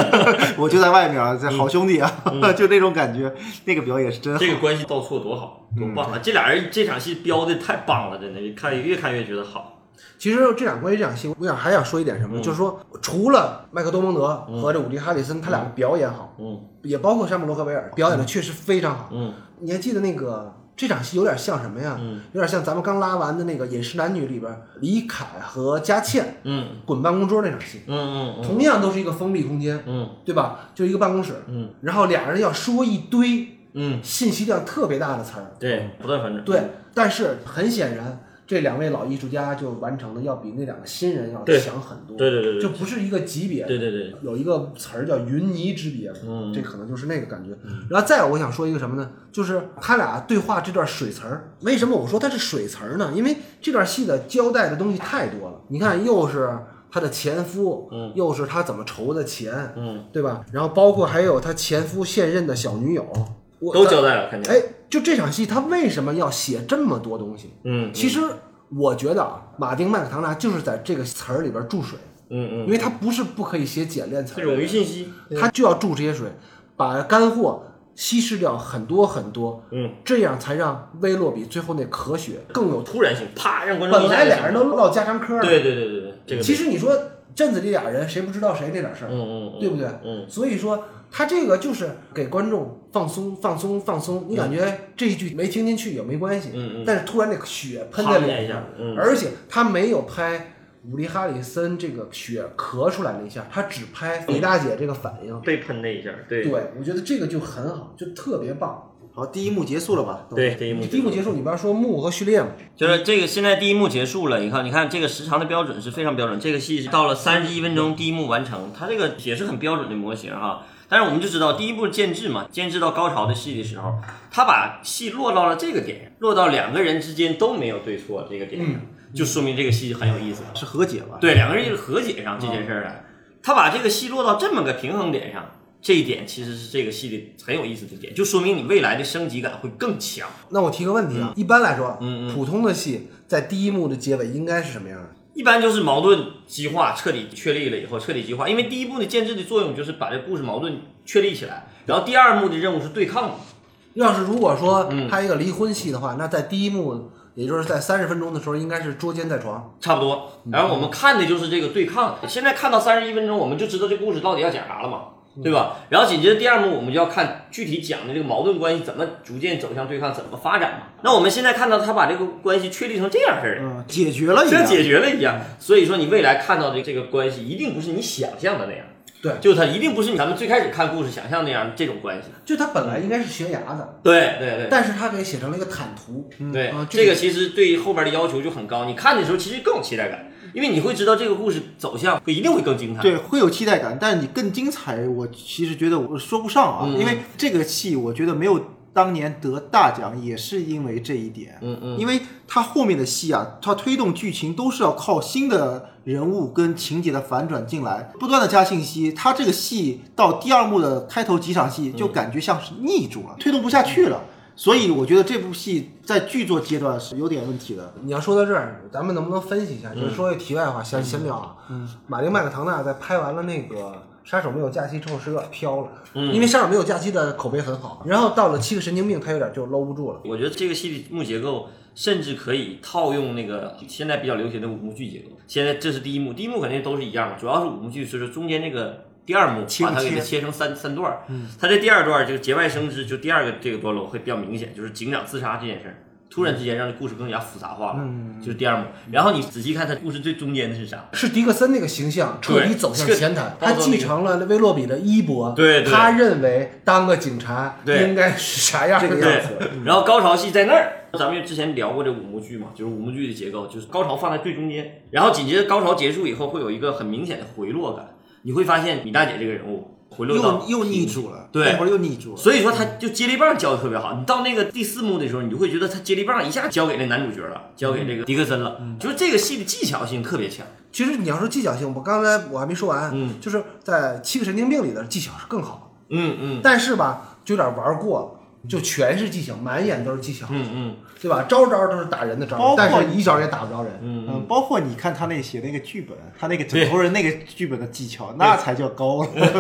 Speaker 3: 我就在外面啊，这好兄弟啊， 就那种感觉。那个表演是真
Speaker 2: 嗯，
Speaker 3: 好
Speaker 2: 这个关系倒错多好，多棒啊！这俩人这场戏标的太棒了，真的，看越看越觉得好。
Speaker 1: 其实这两关于这场戏，我想还想说一点什
Speaker 2: 嗯
Speaker 1: 么，就是说除了麦克多蒙德和这伍迪·哈里森他俩表演好，
Speaker 2: 嗯
Speaker 1: 也包括山姆·洛克维尔表演的确实非常好。
Speaker 2: 嗯
Speaker 1: 你还记得那个这场戏有点像什么呀？
Speaker 2: 嗯
Speaker 1: 有点像咱们刚拉完的那个《饮食男女》里边李凯和佳倩
Speaker 2: 嗯
Speaker 1: 滚办公桌那场戏，
Speaker 2: 嗯嗯嗯
Speaker 1: 同样都是一个封闭空间，
Speaker 2: 嗯
Speaker 1: 对吧？就一个办公室，
Speaker 2: 嗯
Speaker 1: 然后俩人要说一堆
Speaker 2: 嗯，
Speaker 1: 信息量特别大的词儿，
Speaker 2: 对，不断反转。
Speaker 1: 对，但是很显然，这两位老艺术家就完成的要比那两个新人要
Speaker 2: 对
Speaker 1: 强很多，
Speaker 2: 对对对
Speaker 1: 就
Speaker 2: 对
Speaker 1: 不是一个级别。
Speaker 2: 对对对，
Speaker 1: 有一个词儿叫“云泥之别”，
Speaker 2: 嗯
Speaker 1: 这可能就是那个感觉。然后再有，我想说一个什么呢？就是他俩对话这段水词儿，为什么我说它是水词儿呢？因为这段戏的交代的东西太多了。你看，又是他的前夫，
Speaker 2: 嗯
Speaker 1: 又是他怎么筹的钱，
Speaker 2: 嗯，
Speaker 1: 对吧？然后包括还有他前夫现任的小女友，我
Speaker 2: 都交代了，看见。
Speaker 1: 哎，就这场戏，他为什么要写这么多东西？
Speaker 2: 嗯，
Speaker 1: 其实我觉得啊，马丁麦克唐纳就是在这个词儿里边注水，
Speaker 2: 嗯嗯，
Speaker 1: 因为他不是不可以写简练词
Speaker 2: 这
Speaker 1: 儿
Speaker 2: 冗余
Speaker 1: 的，
Speaker 2: 信息，
Speaker 1: 他就要注这些水，把干货稀释掉很多很多，
Speaker 2: 嗯，
Speaker 1: 这样才让威洛比最后那咳血更有。
Speaker 2: 突然性，啪，让观众
Speaker 1: 本
Speaker 2: 一下
Speaker 1: 来
Speaker 2: 就
Speaker 1: 俩人都唠家常嗑儿，
Speaker 2: 对对对对对，这个
Speaker 1: 其实你说镇子里俩人谁不知道谁这点事儿，
Speaker 2: 嗯嗯嗯
Speaker 1: 对不对？
Speaker 2: 嗯
Speaker 1: 所以说他这个就是给观众放松、放松、放松。你感觉这一句没听进去也没关系，
Speaker 2: 嗯嗯嗯
Speaker 1: 但是突然那个血喷在脸上
Speaker 2: 啪一下，嗯
Speaker 1: 而且他没有拍。伍迪·哈里森这个血咳出来那一下，他只拍李大姐这个反应。
Speaker 2: 被喷那一下，对
Speaker 1: 对，我觉得这个就很好，就特别棒。
Speaker 3: 好，第一幕结束了吧？都，
Speaker 2: 对，第一幕
Speaker 1: 你第一幕结束，你不要说幕和序列吗？
Speaker 2: 就是这个，现在第一幕结束了，你看，你看这个时长的标准是非常标准，这个戏是到了三十一分钟，第一幕完成，它这个也是很标准的模型哈。但是我们就知道，第一部建制嘛，建制到高潮的戏的时候，他把戏落到了这个点，落到两个人之间都没有对错这个点上，就说明这个戏很有意思。
Speaker 3: 是和解吧？
Speaker 2: 对，两个人就是和解上这件事儿来，他把这个戏落到这么个平衡点上，这一点其实是这个戏的很有意思的点，就说明你未来的升级感会更强。
Speaker 1: 那我提个问题啊，一般来说，
Speaker 2: 嗯嗯
Speaker 1: 普通的戏在第一幕的结尾应该是什么样的？
Speaker 2: 一般就是矛盾激化，彻底确立了以后，彻底激化。因为第一部的建制的作用就是把这故事矛盾确立起来，然后第二幕的任务是对抗嘛。
Speaker 1: 要是如果说拍一个离婚戏的话，那在第一幕，也就是在三十分钟的时候，应该是捉奸在床。
Speaker 2: 差不多，然后我们看的就是这个对抗。现在看到三十一分钟，我们就知道这故事到底要讲啥了嘛，对吧？然后紧接着第二幕，我们就要看具体讲的这个矛盾关系怎么逐渐走向对抗，怎么发展嘛。那我们现在看到他把这个关系确立成这样式儿了，
Speaker 3: 嗯，解决了一
Speaker 2: 像
Speaker 3: 样。
Speaker 2: 解决了一样。所以说，你未来看到的这个关系，一定不是你想象的那样。
Speaker 1: 对
Speaker 2: 就它一定不是咱们最开始看故事想象那样这种关系。
Speaker 1: 就它本来应该是悬崖的，
Speaker 2: 对对对
Speaker 1: 但是它给写成了一个坦途。
Speaker 2: 对
Speaker 1: 啊，
Speaker 2: 这
Speaker 1: 这
Speaker 2: 个其实对后边的要求就很高。你看的时候其实更有期待感，因为你会知道这个故事走向会一定会更精彩。
Speaker 3: 对，会有期待感，但是你更精彩，我其实觉得我说不上啊，因为这个戏我觉得没有当年得大奖，也是因为这一点。嗯嗯，因为它后面的戏啊，它推动剧情都是要靠新的人物跟情节的反转进来，不断的加信息。它这个戏到第二幕的开头几场戏就感觉像是腻住了，推动不下去了。所以我觉得这部戏在剧作阶段是有点问题的。
Speaker 1: 你要说到这儿，咱们能不能分析一下？就是说句题外话，闲闲聊啊。嗯，马丁麦克唐纳在拍完了那个《杀手没有假期》之后是有点飘了，因为《杀手没有假期》的口碑很好，然后到了《七个神经病》，他有点就搂不住了。
Speaker 2: 我觉得这个戏的幕结构甚至可以套用那个现在比较流行的五幕剧结构。现在这是第一幕，第一幕肯定都是一样的，主要是五幕剧，就是中间这个第二幕
Speaker 3: 切
Speaker 2: 把它
Speaker 3: 不
Speaker 2: 给它
Speaker 3: 切嗯
Speaker 2: 切成三三段儿。它这第二段儿就是节外生枝，就第二个这个段落会比较明显，就是警长自杀这件事儿。突然之间让这故事更加复杂
Speaker 3: 嗯
Speaker 2: 化了，就是第二幕。然后你仔细看它故事最中间的是啥？
Speaker 1: 是迪克森那个形象彻底走向前台，
Speaker 2: 对
Speaker 1: 他继承了威洛比的衣钵，
Speaker 2: 对对
Speaker 1: 他认为当个警察
Speaker 2: 对
Speaker 1: 应该是啥样的
Speaker 3: 这个
Speaker 1: 样
Speaker 2: 对
Speaker 1: 子。，
Speaker 2: 然后高潮戏在那儿，咱们之前聊过这五幕剧嘛，就是五幕剧的结构，就是高潮放在最中间，然后紧接着高潮结束以后会有一个很明显的回落感。你会发现米大姐这个人物回落到
Speaker 3: 又又逆住了，
Speaker 2: 对
Speaker 3: 那会儿又逆住了。
Speaker 2: 所以说他就接力棒教的特别好。你到那个第四幕的时候，你就会觉得他接力棒一下交给那男主角了，交给
Speaker 3: 嗯
Speaker 2: 这个迪克森了，就是这个戏的技巧性特别强。
Speaker 1: 其实你要说技巧性，我刚才我还没说完，
Speaker 2: 嗯
Speaker 1: 就是在《七个神经病》里的技巧是更好，
Speaker 2: 嗯嗯
Speaker 1: 但是吧，就有点玩过了，就全是技巧，满眼都是技巧，
Speaker 2: 嗯嗯，
Speaker 1: 对吧？招招都是打人的招
Speaker 3: 包括，
Speaker 1: 但是一招也打不着人。
Speaker 3: 嗯包括你看他那写那个剧本，他那个枕头人那个剧本的技巧，那才叫高，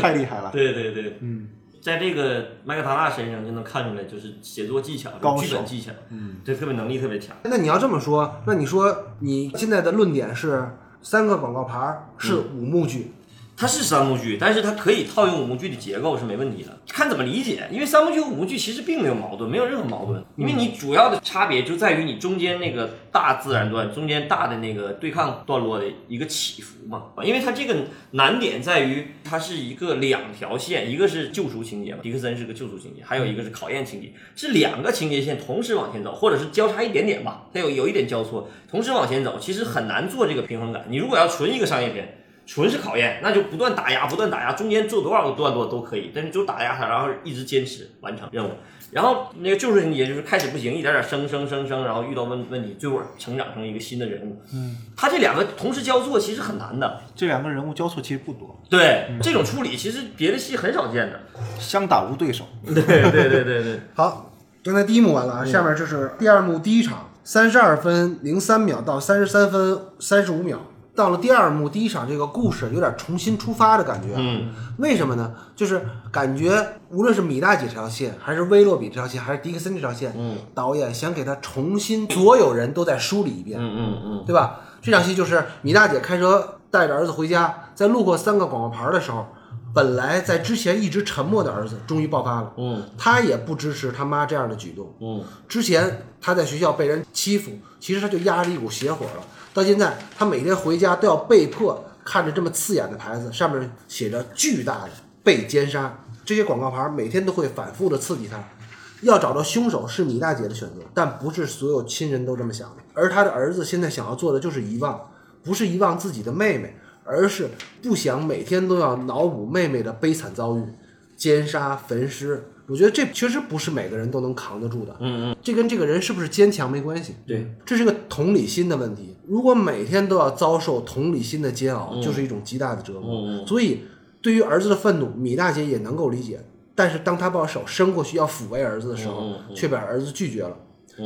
Speaker 3: 太厉害了。
Speaker 2: 对对对，嗯，在这个麦克塔纳身上就能看出来，就是写作技巧、
Speaker 3: 高手
Speaker 2: 剧本技巧，嗯，这特别能力特别强。
Speaker 1: 那你要这么说，那你说你现在的论点是三个广告牌儿是五幕剧，
Speaker 2: 它是三幕剧，但是它可以套用五幕剧的结构是没问题的，看怎么理解。因为三幕剧和五幕剧其实并没有矛盾，没有任何矛盾，因为你主要的差别就在于你中间那个大自然段，中间大的那个对抗段落的一个起伏嘛。因为它这个难点在于它是一个两条线，一个是救赎情节嘛，迪克森是个救赎情节，还有一个是考验情节，是两个情节线同时往前走，或者是交叉一点点吧，它有有一点交错，同时往前走，其实很难做这个平衡感。你如果要纯一个商业片。纯是考验，那就不断打压，不断打压，中间做多少个段落都可以，但是就打压它，然后一直坚持完成任务。然后那个救赎情节就是开始不行，一点点升升升升，然后遇到问问题，最后成长成一个新的人物。嗯，他这两个同时交错其实很难的，
Speaker 3: 这两个人物交错其实不多，
Speaker 2: 对、这种处理其实别的戏很少见的。
Speaker 3: 相打无对手。
Speaker 2: 对对对对对，
Speaker 1: 好，刚才第一幕完了
Speaker 2: 嗯
Speaker 1: 啊，下面就是第二幕第一场，三十二分零三秒到三十三分三十五秒。到了第二幕第一场，这个故事有点重新出发的感觉。啊
Speaker 2: 嗯，
Speaker 1: 为什么呢？就是感觉无论是米大姐这条线，还是威洛比这条线，还是迪克森这条线，
Speaker 2: 嗯，
Speaker 1: 导演想给他重新，所有人都再梳理一遍，
Speaker 2: 嗯嗯嗯，
Speaker 1: 对吧？这场戏就是米大姐开车带着儿子回家，在路过三个广告牌的时候，本来在之前一直沉默的儿子终于爆发了。
Speaker 2: 嗯
Speaker 1: 他也不支持他妈这样的举动。
Speaker 2: 嗯，
Speaker 1: 之前他在学校被人欺负，其实他就压着一股邪火了。到现在，他每天回家都要被迫看着这么刺眼的牌子，上面写着巨大的“被奸杀”这些广告牌，每天都会反复的刺激他。要找到凶手是米大姐的选择，但不是所有亲人都这么想的。而他的儿子现在想要做的就是遗忘，不是遗忘自己的妹妹，而是不想每天都要脑补妹妹的悲惨遭遇。奸杀、焚尸，我觉得这确实不是每个人都能扛得住的。嗯嗯，这跟这个人是不是坚强没关系。
Speaker 2: 对，
Speaker 1: 这是个同理心的问题。如果每天都要遭受同理心的煎熬，就是一种极大的折磨。
Speaker 2: 嗯
Speaker 1: 所以，对于儿子的愤怒，米大姐也能够理解。但是，当她把手伸过去要抚慰儿子的时候，
Speaker 2: 嗯
Speaker 1: 却被儿子拒绝了。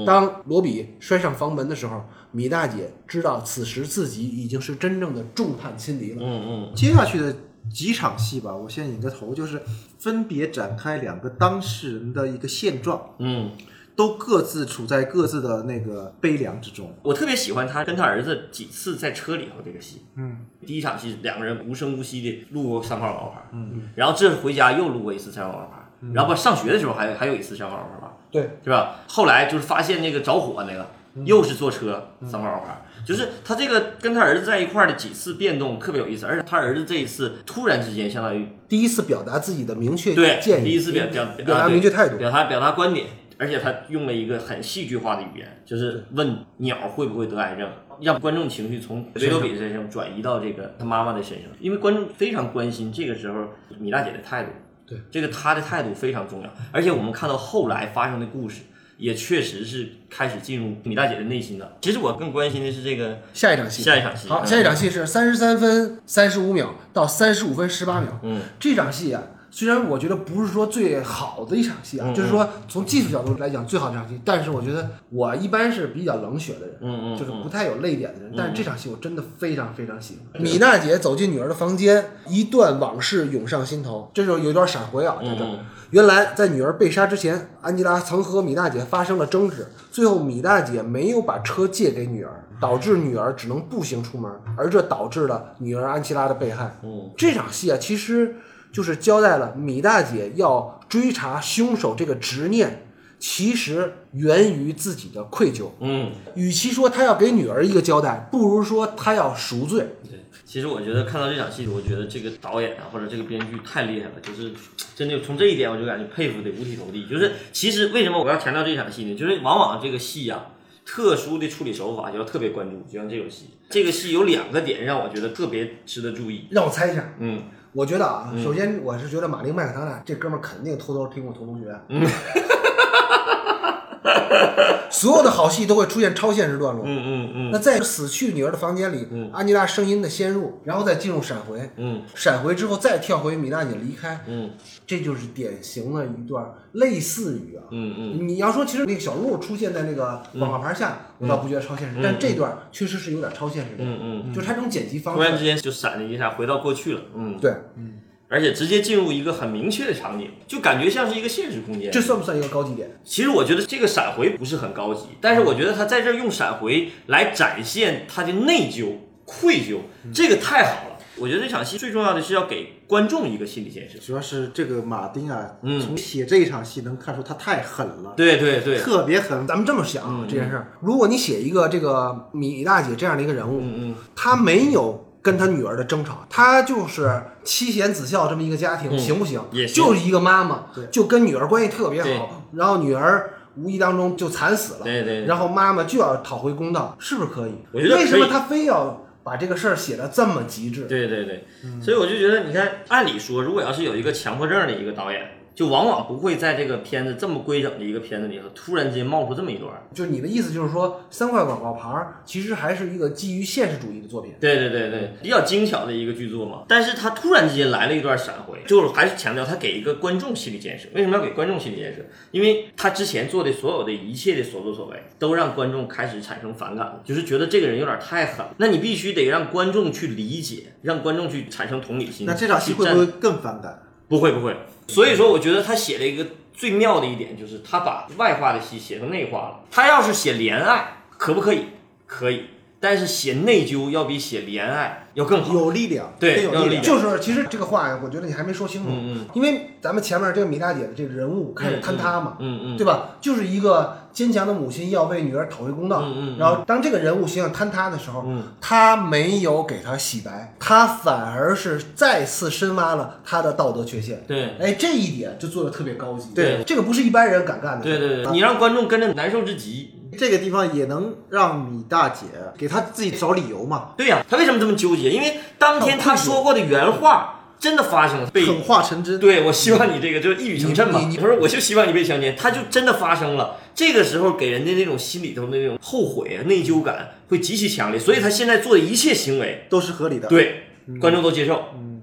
Speaker 1: 当罗比摔上房门的时候，米大姐知道此时自己已经是真正的众叛亲离了。
Speaker 2: 嗯
Speaker 3: 接下去的几场戏吧，我先引个头，就是分别展开两个当事人的一个现状，
Speaker 2: 嗯嗯，
Speaker 3: 都各自处在各自的那个悲凉之中。
Speaker 2: 我特别喜欢他跟他儿子几次在车里头这个戏。
Speaker 3: 嗯，
Speaker 2: 第一场戏，两个人无声无息的路过三号广告牌，嗯，然后这回家又路过一次三号广告牌，然后吧，上学的时候还有还有一次三号广告牌，
Speaker 1: 对，
Speaker 2: 是吧？后来就是发现那个着火那个，又是坐车三号广告牌，就是他这个跟他儿子在一块儿的几次变动特别有意思，而且他儿子这一次突然之间，相当于
Speaker 1: 第一次表达自己的明确
Speaker 2: 对
Speaker 1: 建议，
Speaker 2: 第一次表表啊
Speaker 1: 表达明确态度。
Speaker 2: 表达表达观点，而且他用了一个很戏剧化的语言，就是问鸟会不会得癌症，让观众情绪从维罗比身上转移到这个他妈妈的身上，因为观众非常关心这个时候米大姐的态度，
Speaker 1: 对
Speaker 2: 这个她的态度非常重要，而且我们看到后来发生的故事。也确实是开始进入米大姐的内心了。其实我更关心的是这个
Speaker 1: 下一场戏，
Speaker 2: 下一场戏。嗯
Speaker 1: 好，下一场戏是三十三分三十五秒到三十五分十八秒。
Speaker 2: 嗯，
Speaker 1: 这场戏啊，虽然我觉得不是说最好的一场戏啊，
Speaker 2: 嗯
Speaker 1: 就是说从技术角度来讲最好的一场戏，但是我觉得我一般是比较冷血的人，
Speaker 2: 嗯嗯
Speaker 1: 就是不太有泪点的人，但是这场戏我真的非常非常喜欢。米娜姐走进女儿的房间，一段往事涌上心头，这时候有点闪回啊，
Speaker 2: 嗯
Speaker 1: 在这儿。原来在女儿被杀之前，安吉拉曾和米大姐发生了争执，最后米大姐没有把车借给女儿，导致女儿只能步行出门，而这导致了女儿安琪拉的被害。
Speaker 2: 嗯，
Speaker 1: 这场戏啊，其实就是交代了米大姐要追查凶手这个执念，其实源于自己的愧疚。
Speaker 2: 嗯，
Speaker 1: 与其说她要给女儿一个交代，不如说她要赎罪。
Speaker 2: 对，其实我觉得看到这场戏，我觉得这个导演啊，或者这个编剧太厉害了，就是真的从这一点我就感觉佩服的五体投地。就是其实为什么我要强调这场戏呢？就是往往这个戏啊，特殊的处理手法就要特别关注，就像这种戏，这个戏有两个点让我觉得特别值得注意。
Speaker 1: 让我猜一下，
Speaker 2: 嗯，
Speaker 1: 我觉得啊，首先我是觉得马丁麦克唐纳这哥们儿肯定偷偷听过童同学，
Speaker 2: 嗯
Speaker 1: 所有的好戏都会出现超现实段落。
Speaker 2: 嗯嗯嗯
Speaker 1: 那在死去女儿的房间里，安吉拉声音的先入，然后再进入闪回，
Speaker 2: 嗯
Speaker 1: 闪回之后再跳回米娜姐离开，
Speaker 2: 嗯
Speaker 1: 这就是典型的一段类似于啊，
Speaker 2: 嗯嗯，
Speaker 1: 你要说其实那个小鹿出现在那个广告牌下，我倒不觉得超现实，但这段确实是有点超现实的，
Speaker 2: 嗯
Speaker 1: 嗯，就是它这种剪辑方
Speaker 2: 突然
Speaker 1: 式，
Speaker 2: 之间就闪了一下，回到过去了。嗯，
Speaker 1: 对，
Speaker 2: 而且直接进入一个很明确的场景，就感觉像是一个现实空间。
Speaker 1: 这算不算一个高级点？
Speaker 2: 其实我觉得这个闪回不是很高级，但是我觉得他在这儿用闪回来展现他的内疚、愧疚，这个太好了。我觉得这场戏最重要的是要给观众一个心理建设。
Speaker 3: 主要是这个马丁啊，
Speaker 2: 嗯
Speaker 3: 从写这一场戏能看出他太狠了，
Speaker 2: 对对对，
Speaker 3: 特别狠。
Speaker 1: 咱们这么想
Speaker 2: 嗯
Speaker 1: 啊，这件事儿，如果你写一个这个米大姐这样的一个人物，
Speaker 2: 嗯嗯
Speaker 1: 她没有跟她女儿的争吵，她就是妻贤子孝这么一个家庭，行不行？
Speaker 2: 嗯也行
Speaker 1: 就是一个妈妈
Speaker 3: 对，
Speaker 1: 就跟女儿关系特别
Speaker 2: 对
Speaker 1: 好，然后女儿无意当中就惨死了，
Speaker 2: 对对对
Speaker 1: 然后妈妈就要讨回公道，是不是可以？
Speaker 2: 我觉得可以
Speaker 1: 为什么她非要把这个事儿写的这么极致？
Speaker 2: 对对对，所以我就觉得，你看，按理说，如果要是有一个强迫症的一个导演，就往往不会在这个片子这么规整的一个片子里头，突然间冒出这么一段儿。
Speaker 1: 就你的意思就是说，三块广告牌儿其实还是一个基于现实主义的作品。
Speaker 2: 对对对对，比较精巧的一个剧作嘛。但是他突然之间来了一段闪回，就是还是强调他给一个观众心理建设。为什么要给观众心理建设？因为他之前做的所有的一切的所作所为，都让观众开始产生反感了，就是觉得这个人有点太狠了。那你必须得让观众去理解，让观众去产生同理心。
Speaker 3: 那这场戏
Speaker 2: 去
Speaker 3: 会
Speaker 2: 站
Speaker 3: 不会更反感？
Speaker 2: 不会不会。所以说，我觉得他写了一个最妙的一点，就是他把外化的戏写成内化了。他要是写怜爱，可不可以？可以，但是写内疚要比写怜爱要更好。
Speaker 3: 有力量，更
Speaker 2: 对
Speaker 3: 有
Speaker 2: 有
Speaker 3: 力
Speaker 2: 力
Speaker 3: 量。
Speaker 1: 就是，其实这个话呀，我觉得你还没说清楚，
Speaker 2: 嗯
Speaker 1: 因为咱们前面这个米大姐的这个人物开始坍塌嘛，
Speaker 2: 嗯嗯，
Speaker 1: 对吧？就是一个坚强的母亲要为女儿讨回公道，
Speaker 2: 嗯嗯嗯
Speaker 1: 然后当这个人物形象坍塌的时候，
Speaker 2: 嗯
Speaker 1: 她没有给他洗白，她反而是再次深挖了她的道德缺陷。
Speaker 2: 对
Speaker 1: 哎，这一点就做的特别高级，
Speaker 2: 对
Speaker 1: 这个不是一般人敢干的。
Speaker 2: 对对对，你让观众跟着难受至极。
Speaker 3: 这个地方也能让米大姐给她自己找理由嘛，
Speaker 2: 对呀、他为什么这么纠结？因为当天他说过的原话真的发生了，被
Speaker 3: 狠话成真。
Speaker 2: 对，我希望你这个就是一语成谶嘛
Speaker 1: 你你。
Speaker 2: 他说我就希望你被强奸，他就真的发生了。这个时候给人的那种心里头的那种后悔啊、内疚感会极其强烈，所以他现在做的一切行为，
Speaker 3: 都是合理的。，
Speaker 2: 对
Speaker 1: 嗯
Speaker 2: 观众都接受，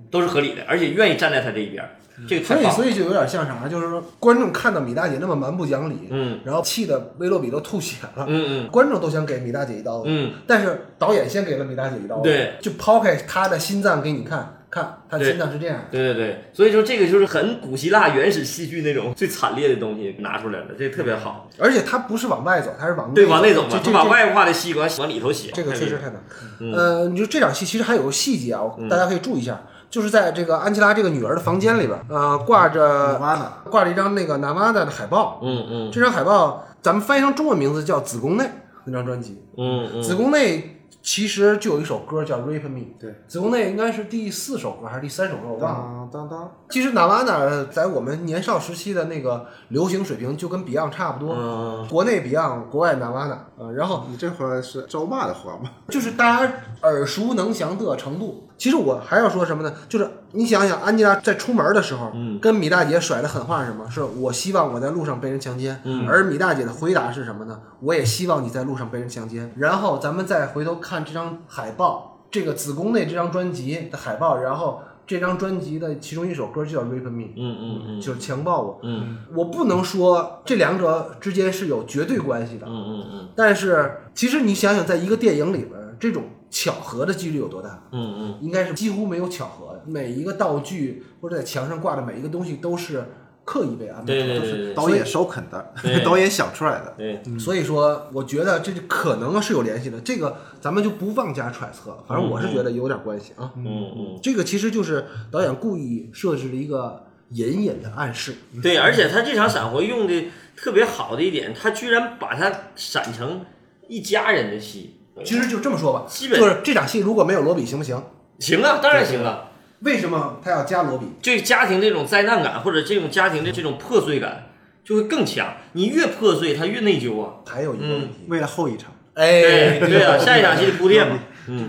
Speaker 2: 都是合理的，而且愿意站在他这一边儿，这个
Speaker 1: 所
Speaker 2: 太
Speaker 1: 以，
Speaker 2: 棒了。
Speaker 1: 所以就有点像啥，就是说观众看到米大姐那么蛮不讲理，
Speaker 2: 嗯
Speaker 1: 然后气得威洛比都吐血了，
Speaker 2: 嗯
Speaker 1: 观众都想给米大姐一刀子，
Speaker 2: 嗯
Speaker 1: 但是导演先给了米大姐一刀子，
Speaker 2: 对，
Speaker 1: 就抛开她的心脏给你看，看她的心脏是这样
Speaker 2: 嗯，，对对对，所以说这个就是很古希腊原始戏剧那种最惨烈的东西拿出来了，这个特别好。
Speaker 1: 而且她不是往外走，她是往内
Speaker 2: 对，往那种
Speaker 1: 嗯
Speaker 2: 嘛
Speaker 1: 这，
Speaker 2: 他
Speaker 1: 这
Speaker 2: 把
Speaker 1: 这
Speaker 2: 外化的西瓜往里头写，
Speaker 1: 这个
Speaker 2: 太嗯
Speaker 1: 确
Speaker 2: 厉
Speaker 1: 实
Speaker 2: 害
Speaker 1: 太难。呃，你说这场戏其实还有个细节啊，
Speaker 2: 嗯
Speaker 1: 我大家可以注意一下，就是在这个安吉拉这个女儿的房间里边，呃，挂
Speaker 3: 妈
Speaker 1: 着
Speaker 3: 妈呢？
Speaker 1: 挂着一张那个 Navada 的海报，
Speaker 2: 嗯嗯
Speaker 1: 这张海报咱们翻译成中文名字叫《子宫内》那张专辑，
Speaker 2: 嗯嗯，
Speaker 1: 子宫内其实就有一首歌叫《Rape Me》，
Speaker 3: 对，
Speaker 1: 子宫内应该是第四首歌还是第三首歌，我忘了。
Speaker 3: 当当当，
Speaker 1: 其实哪瓦哪在我们年少时期的那个流行水平就跟 Beyond 差不多，
Speaker 2: 嗯
Speaker 1: 国内 Beyond，国外哪瓦哪，呃，然后
Speaker 3: 你这会儿是招骂的话吗？
Speaker 1: 就是大家耳熟能详的程度。其实我还要说什么呢？就是你想想，安吉拉在出门的时候，
Speaker 2: 嗯
Speaker 1: 跟米大姐甩的狠话是什么？是我希望我在路上被人强奸。
Speaker 2: 嗯
Speaker 1: 而米大姐的回答是什么呢？我也希望你在路上被人强奸。然后咱们再回头看这张海报，这个子宫内这张专辑的海报，然后这张专辑的其中一首歌就叫《Rape Me
Speaker 2: 嗯》，嗯嗯
Speaker 1: 就是强暴我。
Speaker 2: 嗯
Speaker 1: 我不能说这两者之间是有绝对关系的，
Speaker 2: 嗯嗯嗯。
Speaker 1: 但是其实你想想，在一个电影里边儿，这种巧合的几率有多大？
Speaker 2: 嗯嗯
Speaker 1: 应该是几乎没有巧合的。每一个道具或者在墙上挂的每一个东西都是刻意被安排
Speaker 2: 对
Speaker 1: 出来
Speaker 2: 对
Speaker 1: 的。
Speaker 2: 对对
Speaker 3: 导演首肯的
Speaker 2: 对，
Speaker 3: 导演想出来的。
Speaker 2: 对，嗯
Speaker 1: 所以说，我觉得这就可能是有联系的，这个咱们就不妄加揣测了。反正我是觉得有点关系啊。
Speaker 2: 嗯
Speaker 1: 这个其实就是导演故意设置了一个隐隐的暗示。
Speaker 2: 嗯，对，而且他这场闪回用的特别好的一点，他居然把它闪成一家人的戏，
Speaker 1: 其实就这么说吧，
Speaker 2: 基本
Speaker 1: 就是这场戏如果没有罗比行不行？
Speaker 2: 行啊，当然行啊。
Speaker 1: 为什么他要加罗比？
Speaker 2: 对家庭这种灾难感或者这种家庭的这种破碎感，就会更强。你越破碎，他越内疚啊。
Speaker 1: 还有一个问题，
Speaker 3: 为了后一场，
Speaker 1: 哎，
Speaker 2: 对 啊，下一场戏铺垫嘛。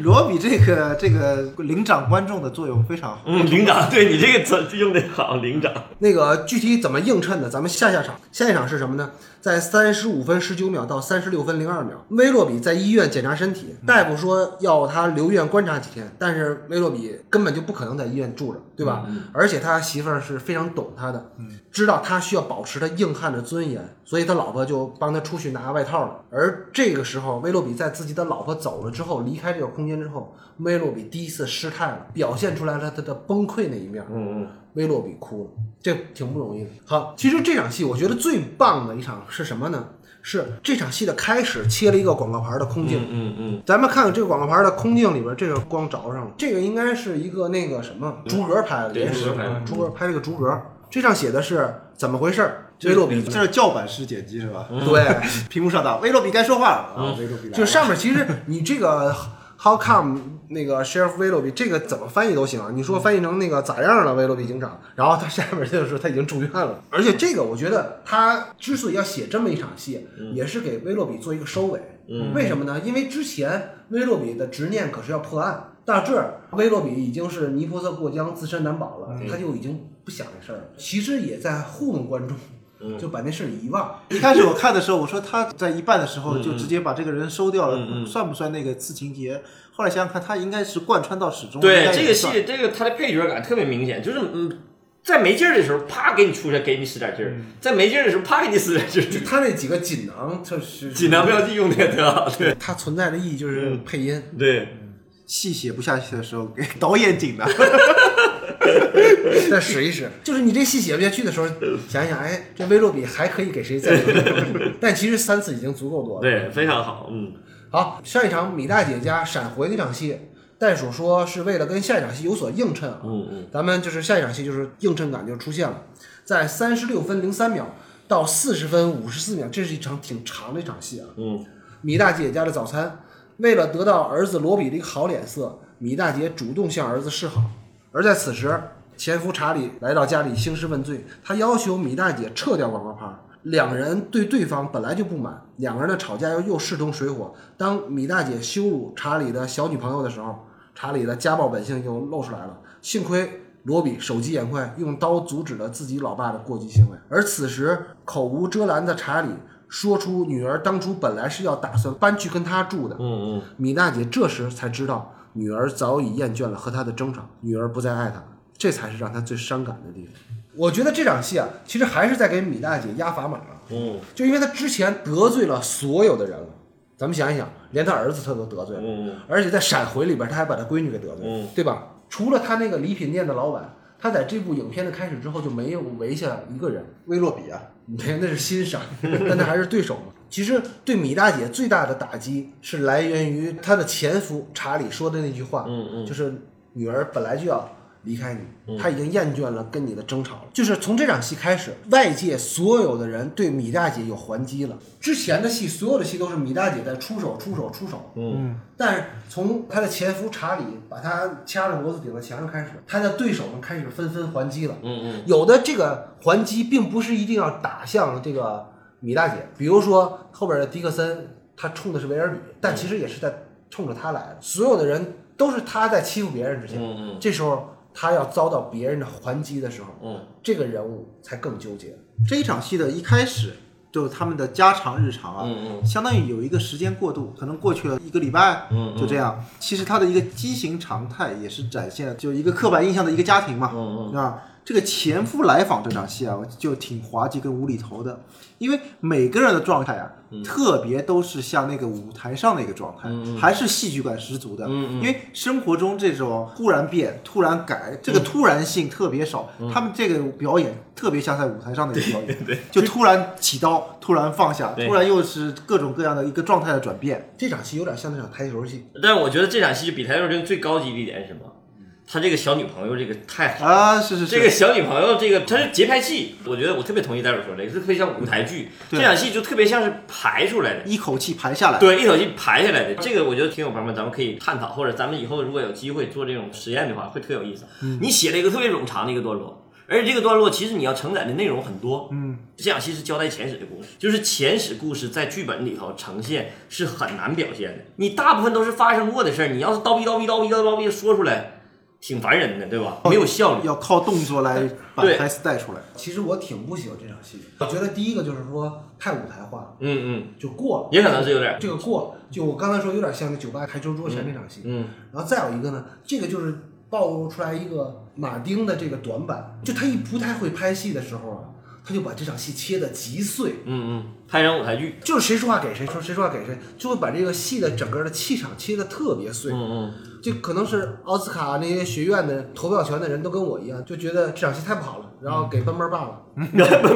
Speaker 3: 罗比这个这个领涨观众的作用非常好。
Speaker 2: 嗯，灵长，对你这个词用的好，灵长。
Speaker 1: 那个具体怎么映衬的，咱们下下场，下一场是什么呢？在三十五分十九秒到三十六分零二秒，威洛比在医院检查身体，大夫说要他留院观察几天，但是威洛比根本就不可能在医院住着，对吧？而且他媳妇儿是非常懂他的，知道他需要保持他硬汉的尊严，所以他老婆就帮他出去拿外套了。而这个时候，威洛比在自己的老婆走了之后，离开这个空间之后，威洛比第一次失态了，表现出来了他的崩溃那一面。
Speaker 2: 嗯嗯，
Speaker 1: 威洛比哭了，这挺不容易的。好，其实这场戏我觉得最棒的一场是什么呢？是这场戏的开始切了一个广告牌的空镜，
Speaker 2: 嗯嗯，
Speaker 1: 咱们看看这个广告牌的空镜里边，这个光着上了，这个应该是一个那个什么竹格拍的，嗯
Speaker 2: 对
Speaker 1: 也是
Speaker 2: 竹格拍的
Speaker 1: 竹格拍这个竹格，这上写的是怎么回事儿？威洛比
Speaker 3: 这是叫板式剪辑是吧？
Speaker 1: 对，
Speaker 3: 屏幕上打威洛比该说话了啊，威洛比来了
Speaker 1: 就上面其实你这个 how come 那个 sheriff Willoughby 这个怎么翻译都行啊，你说翻译成那个咋样了威洛比警长，然后他下面就是他已经住院了，而且这个我觉得他之所以要写这么一场戏，也是给威洛比做一个收尾，为什么呢？因为之前威洛比的执念可是要破案。大致威洛比已经是尼泊斯过江自身难保了，他就已经不想这事儿了。其实也在糊弄观众，就把那事儿遗忘。
Speaker 3: 一开始我看的时候，我说他在一半的时
Speaker 2: 嗯
Speaker 3: 候就直接把这个人收掉了，算不算那个次情节？后来想想看，他应该是贯穿到始终。应
Speaker 2: 对
Speaker 3: 该也
Speaker 2: 这个
Speaker 3: 算
Speaker 2: 戏，这个它的配角感特别明显，就是嗯，在没劲儿的时候，啪给你出来，给你使点劲儿；在没劲儿的时候，啪给你使点劲
Speaker 1: 就
Speaker 2: 儿。
Speaker 1: 他那几个锦囊，就是
Speaker 2: 锦囊妙计用的也特好，对
Speaker 1: 它存在的意义就是
Speaker 2: 嗯
Speaker 1: 配音。
Speaker 2: 对，
Speaker 3: 戏写不下去的时候，给导演 紧的。
Speaker 1: 再使一使，就是你这戏写不下去的时候，想一想，哎，这威洛比还可以给谁再留一 个？但其实三次已经足够多了。
Speaker 2: 对，非常好，嗯
Speaker 1: 好，上一场米大姐家闪回那场戏，袋鼠说是为了跟下一场戏有所映衬啊。
Speaker 2: 嗯嗯，
Speaker 1: 咱们就是下一场戏就是映衬感就出现了，在三十六分零三秒到四十分五十四秒，这是一场挺长的一场戏啊。
Speaker 2: 嗯，
Speaker 1: 米大姐家的早餐，为了得到儿子罗比的一个好脸色，米大姐主动向儿子示好。而在此时，前夫查理来到家里兴师问罪，他要求米大姐撤掉广告牌。两人对对方本来就不满，两个人的吵架又又势同水火。当米大姐羞辱查理的小女朋友的时候，查理的家暴本性又露出来了。幸亏罗比手疾眼快，用刀阻止了自己老爸的过激行为。而此时，口无遮拦的查理说出女儿当初本来是要打算搬去跟他住的。
Speaker 2: 嗯
Speaker 1: 米娜姐这时才知道，女儿早已厌倦了和他的争吵，女儿不再爱他，这才是让他最伤感的地方。我觉得这场戏啊，其实还是在给米娜姐压砝码啊了，
Speaker 2: 嗯
Speaker 1: 就因为她之前得罪了所有的人了。咱们想一想，连她儿子她都得罪了，
Speaker 2: 嗯
Speaker 1: 而且在闪回里边，他还把他闺女给得罪了，
Speaker 2: 嗯
Speaker 1: 对吧？除了他那个礼品店的老板，他在这部影片的开始之后就没有围下一个人，
Speaker 2: 嗯
Speaker 3: 威洛比啊，
Speaker 1: 没 那是欣赏，但那还是对手嘛。 其实对米大姐最大的打击是来源于她的前夫查理说的那句话，
Speaker 2: 嗯嗯
Speaker 1: 就是女儿本来就要离开你，她已经厌倦了跟你的争吵了。就是从这场戏开始，外界所有的人对米大姐有还击了。之前的戏，所有的戏都是米大姐在出手、出手、出手，
Speaker 2: 嗯
Speaker 1: 但是从她的前夫查理把她掐着脖子顶到墙上开始，她的对手们开始纷纷还击了。
Speaker 2: 嗯
Speaker 1: 有的这个还击并不是一定要打向这个米大姐，比如说后边的迪克森，他冲的是维尔比，但其实也是在冲着他来的。所有的人都是他在欺负别人之前，
Speaker 2: 嗯
Speaker 1: 这时候他要遭到别人的还击的时候，
Speaker 2: 嗯
Speaker 1: 这个人物才更纠结。
Speaker 3: 这一场戏的一开始，就是他们的家常日常啊，
Speaker 2: 嗯
Speaker 3: 相当于有一个时间过渡，可能过去了一个礼拜，
Speaker 2: 嗯
Speaker 3: 就这样。其实它的一个畸形常态也是展现了就一个刻板印象的一个家庭嘛，
Speaker 2: 嗯
Speaker 3: 啊。这个前夫来访这场戏啊，我就挺滑稽跟无厘头的，因为每个人的状态啊，
Speaker 2: 嗯
Speaker 3: 特别都是像那个舞台上的一个状态，还是戏剧感十足的。
Speaker 2: 嗯
Speaker 3: 因为生活中这种忽然变、突然改，这个突然性特别少。
Speaker 2: 嗯
Speaker 3: 他们这个表演特别像在舞台上的一个表演，就突然起刀，突然放下，
Speaker 2: 对
Speaker 3: 突然又是各种各样的一个状态的转变。
Speaker 1: 这场戏有点像那场台球戏，
Speaker 2: 但是我觉得这场戏比台球这个最高级的一点是什么？他这个小女朋友这个太好了。
Speaker 3: 啊，是是是，
Speaker 2: 这个小女朋友，这个她是节拍器，我觉得我特别同意戴主说这个，特别像舞台剧，这
Speaker 3: 对
Speaker 2: 场戏就特别像是排出来的，
Speaker 3: 一口气排下来，
Speaker 2: 对，一口气排下来的，这个我觉得听友朋友们咱们可以探讨，或者咱们以后如果有机会做这种实验的话，会特有意思。你写了一个特别冗长的一个段落，而且这个段落其实你要承载的内容很多，嗯，这场戏是交代前史的故事，就是前史故事在剧本里头呈现是很难表现的，你大部分都是发生过的事儿，你要是叨逼叨逼叨逼叨逼说出来，挺烦人的，对吧？没有效率。
Speaker 3: 要靠动作来把
Speaker 2: 对
Speaker 3: 台词带出来。
Speaker 1: 其实我挺不喜欢这场戏的，我
Speaker 2: 啊
Speaker 1: 觉得第一个就是说太舞台化了，
Speaker 2: 嗯嗯，
Speaker 1: 就过了。
Speaker 2: 也可能是有点儿，
Speaker 1: 这个过了，就我刚才说有点像那酒吧台球桌前那场戏。
Speaker 2: 嗯
Speaker 1: 然后再有一个呢，这个就是暴露出来一个马丁的这个短板，就他一不太会拍戏的时候啊，他就把这场戏切得极碎，
Speaker 2: 嗯嗯，拍成舞台剧，
Speaker 1: 就是谁说话给谁说，谁说话给谁，就会把这个戏的整个的气场切得特别碎。
Speaker 2: 嗯
Speaker 1: 这可能是奥斯卡那些学院的投票权的人都跟我一样，就觉得这场戏太不好了，然后给奔奔罢了。
Speaker 2: 嗯，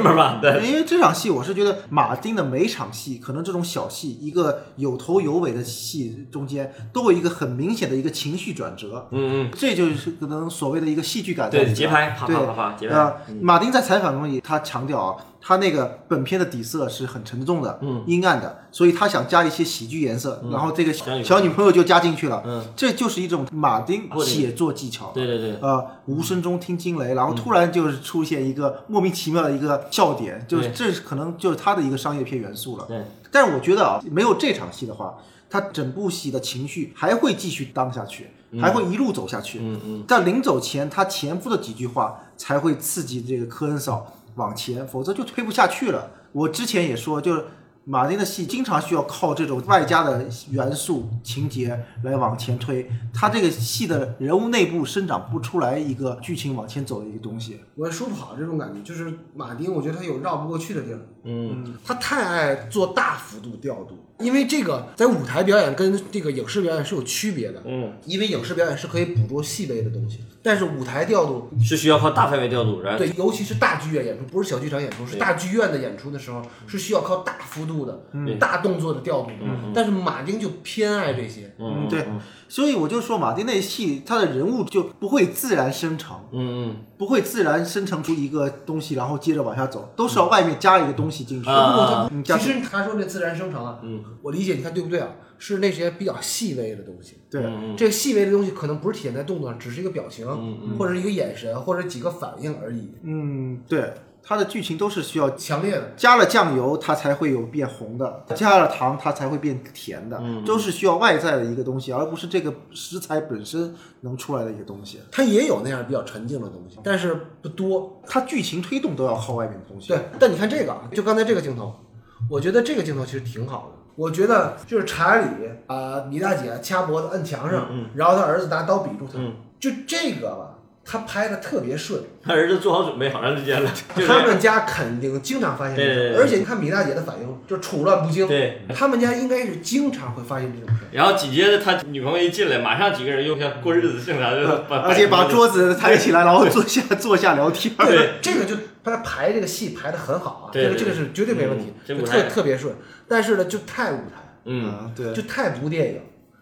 Speaker 2: 慢慢吧，对，
Speaker 3: 因为这场戏，我是觉得马丁的每场戏，可能这种小戏，一个有头有尾的戏中间，都有一个很明显的一个情绪转折，
Speaker 2: 嗯嗯，
Speaker 3: 这就是可能所谓的一个戏剧感在里
Speaker 2: 对，
Speaker 3: 面。
Speaker 2: 节拍，啪
Speaker 3: 对
Speaker 2: 啪啪啪，节拍，嗯
Speaker 3: 啊，马丁在采访中也他强调啊，他那个本片的底色是很沉重的，嗯，阴暗的，所以他想加一些喜剧颜色，然后这个
Speaker 2: 小女朋友
Speaker 3: 小女朋友就加进去了，
Speaker 2: 嗯，
Speaker 3: 这就是一种马丁写作技巧，
Speaker 2: 对对对，
Speaker 3: 呃，无声中听惊雷，然后突然就是出现一个莫名其妙的一个笑点，就是
Speaker 2: 嗯对
Speaker 3: 这是可能就是他的一个商业片元素了。
Speaker 2: 对，
Speaker 3: 但是我觉得啊，没有这场戏的话，他整部戏的情绪还会继续当下去，还会一路走下去。
Speaker 2: 嗯嗯，
Speaker 3: 在临走前，他前夫的几句话才会刺激这个科恩嫂往前，否则就推不下去了。我之前也说，就是马丁的戏经常需要靠这种外加的元素、情节来往前推，他这个戏的人物内部生长不出来一个剧情往前走的一个东西。
Speaker 1: 我说不好这种感觉，就是马丁，我觉得他有绕不过去的地儿。
Speaker 2: 嗯
Speaker 1: 他太爱做大幅度调度，因为这个在舞台表演跟这个影视表演是有区别的，
Speaker 2: 嗯，
Speaker 1: 因为影视表演是可以捕捉细微的东西，但是舞台调度，
Speaker 2: 是需要靠大范围调度，然后
Speaker 1: 对，尤其是大剧院演出，不是小剧场演出，是大剧院的演出的时候，是需要靠大幅度的、大动作的调度的。但是马丁就偏爱这些，
Speaker 3: 嗯，对，所以我就说马丁那戏，他的人物就不会自然生成。
Speaker 2: 嗯
Speaker 3: 不会自然生成出一个东西，然后接着往下走，都是要外面加一个东西进去。
Speaker 2: 嗯啊
Speaker 1: 如果他
Speaker 3: 嗯
Speaker 1: 其实他说这自然生成啊，我理解你看对不对啊？是那些比较细微的东西，
Speaker 3: 对，
Speaker 2: 嗯
Speaker 1: 这个细微的东西可能不是体现在动作上，只是一个表情，或者是一个眼神，或者几个反应而已。
Speaker 3: 嗯，对，它的剧情都是需要
Speaker 1: 强烈的，
Speaker 3: 加了酱油，它才会有变红的；加了糖，它才会变甜的，
Speaker 2: 嗯
Speaker 3: 都是需要外在的一个东西，而不是这个食材本身能出来的一个东西。
Speaker 1: 它也有那样比较沉静的东西，但是不多。
Speaker 3: 它剧情推动都要靠外面的东西。
Speaker 1: 对，但你看这个，啊，就刚才这个镜头，我觉得这个镜头其实挺好的。我觉得就是查理把、米大姐掐脖子摁墙上，
Speaker 2: 嗯
Speaker 1: 然后他儿子拿刀比住他，就这个吧，他拍的特别顺。
Speaker 2: 嗯，他儿子做好准备好长时间了，就
Speaker 1: 他
Speaker 2: 是
Speaker 1: 们家肯定经常发现这种事儿
Speaker 2: 对对对对
Speaker 1: 而且你看米大姐的反应，就处乱不惊。
Speaker 2: 对，
Speaker 1: 他们家应该是经常会发现这种事儿。
Speaker 2: 然后紧接着他女朋友一进来，马上几个人又像过日子似的，就把
Speaker 3: 嗯而且把桌子抬起来，然后坐下坐下聊天。
Speaker 2: 啊对
Speaker 1: 这个就他排这个戏排的很好啊，
Speaker 2: 对对
Speaker 1: 这个这个是绝对没问题
Speaker 2: 嗯，这
Speaker 1: 就
Speaker 2: 舞
Speaker 1: 特
Speaker 2: 台
Speaker 1: 特别顺。但是呢，就太舞台，
Speaker 2: 嗯，
Speaker 3: 啊，对，
Speaker 1: 就太不电影。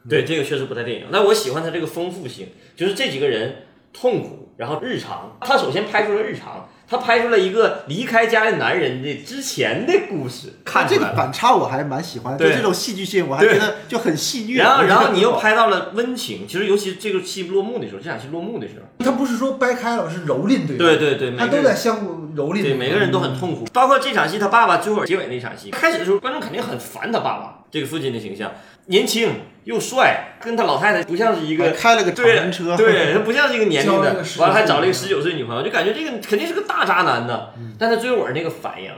Speaker 2: 对，这个确实不太电影。但我喜欢他这个丰富性，就是这几个人痛苦，然后日常。他首先拍出了日常，他拍出了一个离开家的男人的之前的故事，
Speaker 3: 看
Speaker 2: 看
Speaker 3: 这
Speaker 2: 出
Speaker 3: 个
Speaker 2: 来了。
Speaker 3: 反差我还蛮喜欢，就
Speaker 2: 对
Speaker 3: 这种戏剧性，我还觉得就很戏谑。
Speaker 2: 然
Speaker 3: 我
Speaker 2: 后，
Speaker 3: 觉
Speaker 2: 然
Speaker 3: 得
Speaker 2: 后你又
Speaker 3: 很好
Speaker 2: 拍到了温情。其实，尤其这个戏落幕的时候，这场戏落幕的时候，
Speaker 1: 他不是说掰开了，是蹂躏对方，
Speaker 2: 对对对，
Speaker 1: 他
Speaker 2: 每个
Speaker 1: 都在
Speaker 2: 人
Speaker 1: 相互蹂躏
Speaker 2: 对
Speaker 1: 方
Speaker 2: 每个人都很痛苦。包括这场戏，他爸爸最后结尾那场戏，开始的时候观众肯定很烦他爸爸这个父亲的形象，年轻又帅，跟他老太太不像是一个
Speaker 3: 还开了个敞
Speaker 2: 对
Speaker 3: 篷车，
Speaker 2: 对他不像是一个年龄
Speaker 1: 交了
Speaker 2: 的
Speaker 1: 一个19，岁
Speaker 2: 完了还找了一个十九岁女朋友，就感觉这个肯定是个大渣男呢。但他最后那个反应，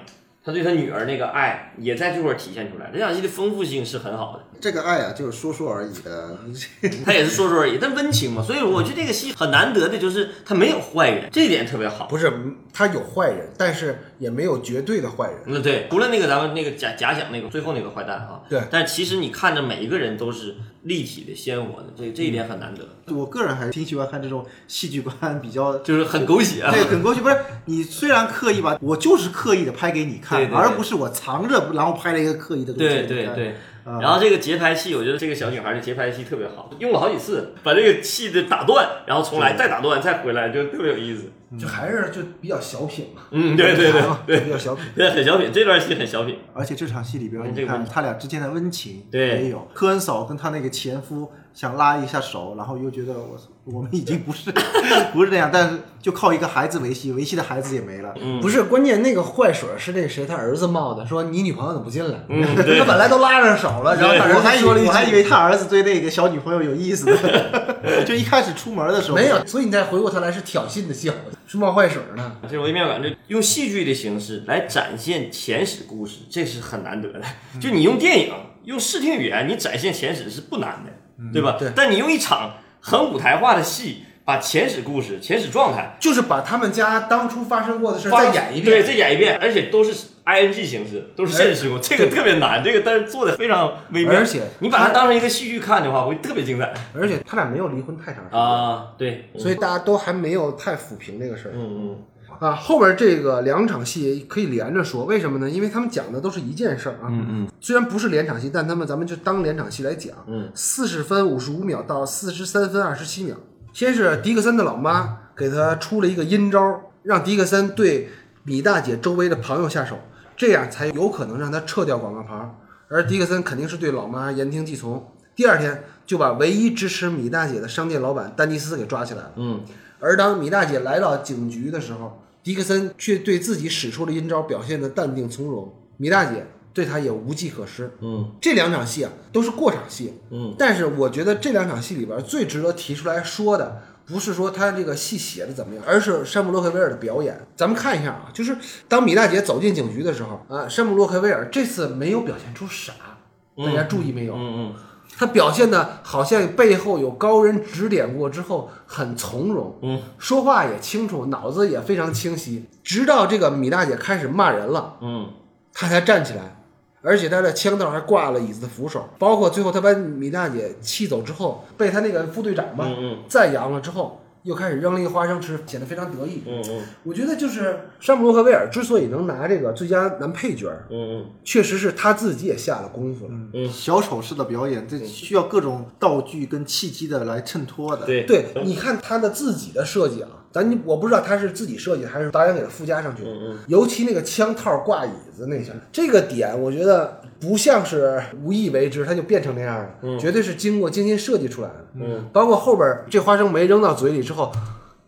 Speaker 2: 他对他女儿那个爱也在这会儿体现出来。这场戏的丰富性是很好的，
Speaker 3: 这个爱啊，就是说说而已啊的。
Speaker 2: 他也是说说而已，但温情嘛。所以我觉得这个戏很难得的就是他没有坏人，这一点特别好。
Speaker 1: 不是他有坏人，但是也没有绝对的坏人。
Speaker 2: 那嗯对，除了那个咱们那个假假想那个最后那个坏蛋啊，
Speaker 1: 对
Speaker 2: 但其实你看着每一个人都是立体的、鲜活的，这这一点很难得，
Speaker 3: 我个人还挺喜欢看这种戏剧观比较
Speaker 2: 就是很狗血啊。
Speaker 3: 对，很过去不是你虽然刻意吧，我就是刻意的拍给你看，
Speaker 2: 对对对
Speaker 3: 而不是我藏着然后拍了一个刻意的东西给
Speaker 2: 对
Speaker 3: 你
Speaker 2: 对
Speaker 3: 看
Speaker 2: 对，
Speaker 3: 啊
Speaker 2: 然后这个节拍器，我觉得这个小女孩的节拍器特别好，用了好几次，把这个器的打断，然后重来，再打断，再回来，就特别有意思。
Speaker 1: 就还是就比较小品嘛，
Speaker 2: 嗯，对 对对
Speaker 1: 啊比较小品。
Speaker 2: 对，很小品，这段戏很小品。
Speaker 3: 而且这场戏里边，
Speaker 2: 嗯
Speaker 3: 你
Speaker 2: 这个
Speaker 3: 看
Speaker 2: 温
Speaker 3: 他俩之间的温情
Speaker 2: 对
Speaker 3: 也有，科恩嫂跟她那个前夫想拉一下手，然后又觉得我我们已经不是 不是这样，但是就靠一个孩子维系，维系的孩子也没了。
Speaker 2: 嗯
Speaker 1: 不是，关键那个坏水是那谁他儿子冒的，说你女朋友怎么不进来？
Speaker 2: 嗯
Speaker 1: 他本来都拉上手了，然后他儿
Speaker 3: 我
Speaker 1: 子
Speaker 3: 还以
Speaker 1: 说了一
Speaker 3: 为
Speaker 1: 句
Speaker 3: 我还以为他儿子对那个小女朋友有意思 呢，就一开始出门的时候
Speaker 1: 没有，所以你再回过头来是挑衅的笑，是冒坏水呢。
Speaker 2: 这啊种微妙感，就用戏剧的形式来展现前史故事，这是很难得的。
Speaker 1: 嗯
Speaker 2: 就你用电影、用视听语言，你展现前史是不难的，对吧？
Speaker 1: 嗯对
Speaker 2: 但你用一场很舞台化的戏，把前史故事、前史状态
Speaker 1: 就是把他们家当初发生过的事儿
Speaker 2: 发
Speaker 1: 再演一遍
Speaker 2: 对，。再演一遍，而且都是 ing 形式，都是现实故，这个特别难，这个但是做的非常微妙。
Speaker 1: 而且
Speaker 2: 你把它当成一个戏剧看的话，会特别精彩
Speaker 1: 而且他俩没有离婚太长时间，
Speaker 2: 啊！对，
Speaker 1: 所以大家都还没有太抚平这个事儿。
Speaker 2: 嗯嗯
Speaker 1: 啊，后边这个两场戏可以连着说，为什么呢？因为他们讲的都是一件事儿啊。嗯嗯。虽然不是连场戏，但他们咱们就当连场戏来讲。嗯。四十分五十五秒到四十三分二十七秒，先是迪克森的老妈给他出了一个阴招，让迪克森对米大姐周围的朋友下手，这样才有可能让他撤掉广告牌儿。而迪克森肯定是对老妈言听计从。第二天就把唯一支持米大姐的商店老板丹尼斯给抓起来了。而当米大姐来到警局的时候，迪克森却对自己使出的阴招表现得淡定从容，米大姐对他也无计可施。
Speaker 2: 嗯
Speaker 1: 这两场戏啊都是过场戏，
Speaker 2: 嗯，
Speaker 1: 但是我觉得这两场戏里边最值得提出来说的，不是说他这个戏写的怎么样，而是山姆洛克威尔的表演。咱们看一下啊，就是当米大姐走进警局的时候啊，山姆洛克威尔这次没有表现出傻，大家注意没有？
Speaker 2: 嗯
Speaker 1: 他表现的好像背后有高人指点过，之后很从容，
Speaker 2: 嗯，
Speaker 1: 说话也清楚，脑子也非常清晰。直到这个米大姐开始骂人了，
Speaker 2: 嗯
Speaker 1: 他才站起来，而且他的枪套还挂了椅子的扶手。包括最后他把米大姐气走之后，被他那个副队长吧、
Speaker 2: 嗯嗯
Speaker 1: 赞扬了之后，又开始扔了一个花生吃，显得非常得意。
Speaker 2: 嗯嗯
Speaker 1: 我觉得就是山姆洛克威尔之所以能拿这个最佳男配角，
Speaker 2: 嗯
Speaker 1: 确实是他自己也下了功夫了。
Speaker 3: 小丑式的表演，这
Speaker 2: 嗯
Speaker 3: 需要各种道具跟契机的来衬托的。
Speaker 2: 嗯，，对
Speaker 1: 对，你看他的自己的设计啊，咱我不知道他是自己设计还是导演给他附加上去的。尤其那个枪套挂椅子那下，这个点我觉得不像是无意为之，他就变成那样了，绝对是经过精心设计出来的。嗯，包括后边儿这花生没扔到嘴里之后。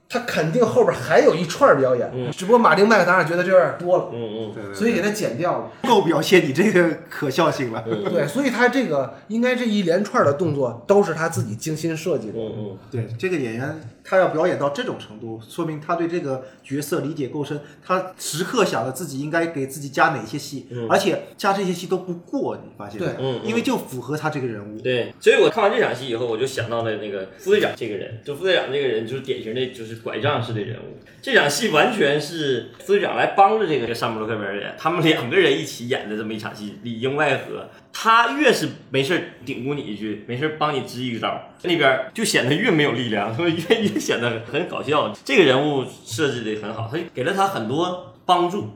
Speaker 1: 他肯定后边儿还有一串儿表演，只不过马丁麦克当然觉得这有点多了，
Speaker 2: 嗯嗯。
Speaker 1: 所以给他剪掉了。
Speaker 3: 够表现你这个可笑性了。
Speaker 1: 对，所以他这个应该这一连串儿的动作都是他自己精心设计的。
Speaker 2: 嗯嗯
Speaker 3: 对，这个演员他要表演到这种程度，说明他对这个角色理解够深，他时刻想着自己应该给自己加哪些戏，而且加这些戏都不过，你发现没有
Speaker 1: 对
Speaker 2: 嗯嗯
Speaker 3: 因为就符合他这个人物。
Speaker 2: 对，所以我看完这场戏以后，我就想到了那个副队长这个人。就副队长这个人，就是典型的就是拐杖式的人物。这场戏完全是副队长来帮着这个山姆洛克维尔演，他们两个人一起演的这么一场戏，里应外合。他越是没事儿顶咕你一句，没事儿帮你支一招，那边儿就显得越没有力量， 所以越越显得很搞笑。这个人物设置的很好，他给了他很多帮助。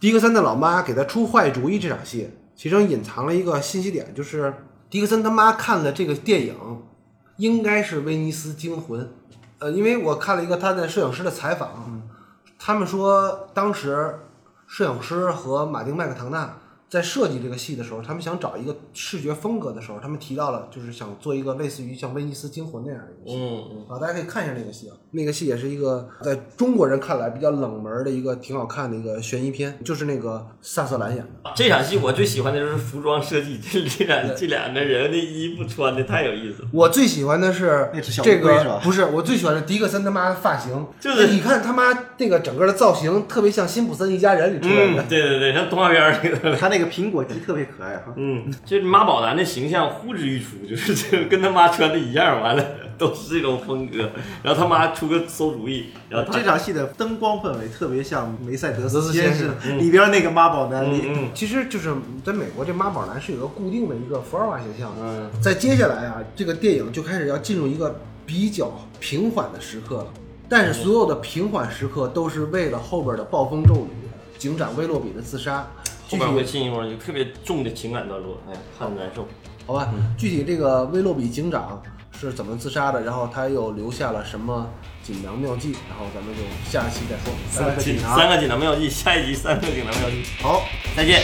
Speaker 1: 迪克森的老妈给他出坏主意这场戏，其中隐藏了一个信息点，就是迪克森他妈看了这个电影，应该是《威尼斯惊魂》。呃，因为我看了一个他的摄影师的采访，他们说当时摄影师和马丁麦克唐纳在设计这个戏的时候，他们想找一个视觉风格的时候，他们提到了就是想做一个类似于像《威尼斯惊魂》那样的一个戏。
Speaker 2: 嗯
Speaker 1: 啊，大家可以看一下那个戏啊，那个戏也是一个在中国人看来比较冷门的一个挺好看的一个悬疑片，就是那个萨瑟兰演的。
Speaker 2: 这场戏我最喜欢的就是服装设计，这这两这两个人的衣服穿的太有意思了。
Speaker 1: 我最喜欢的是
Speaker 3: 那只小乌龟
Speaker 1: 这个
Speaker 3: 是吧
Speaker 1: 不是我最喜欢的是迪克森他妈的发型，
Speaker 2: 就是
Speaker 1: 你看他妈那个整个的造型特别像辛普森一家人里出
Speaker 3: 嗯
Speaker 1: 来的，
Speaker 2: 对对对，像动画片儿里的。
Speaker 3: 他那个苹果肌特别可爱哈。
Speaker 2: 嗯，就是妈宝男的形象呼之欲出，就是这个跟他妈穿的一样，完了都是这种风格。然后他妈出个馊主意，然后他
Speaker 3: 这场戏的灯光氛围特别像梅赛德
Speaker 1: 德
Speaker 3: 斯
Speaker 1: 斯
Speaker 3: 先
Speaker 1: 先
Speaker 3: 生里边那个妈宝男，
Speaker 2: 嗯
Speaker 3: 你
Speaker 2: 嗯
Speaker 1: 其实就是在美国，这妈宝男是有个固定的一个福尔瓦现象的。
Speaker 2: 嗯
Speaker 1: 在接下来啊，这个电影就开始要进入一个比较平缓的时刻了。但是所有的平缓时刻都是为了后边的暴风骤雨、警长威洛比的自杀。具
Speaker 2: 后
Speaker 1: 体
Speaker 2: 面会进一波就特别重的情感段落，哎呀，看着难受。
Speaker 1: 好吧，
Speaker 2: 嗯
Speaker 1: 具体这个威洛比警长是怎么自杀的，然后他又留下了什么锦囊妙计，然后咱们就下期再说。拜拜啊
Speaker 3: 三个警察
Speaker 2: 三个锦囊妙计，下一集三个锦囊妙计，
Speaker 3: 好。
Speaker 2: 再见。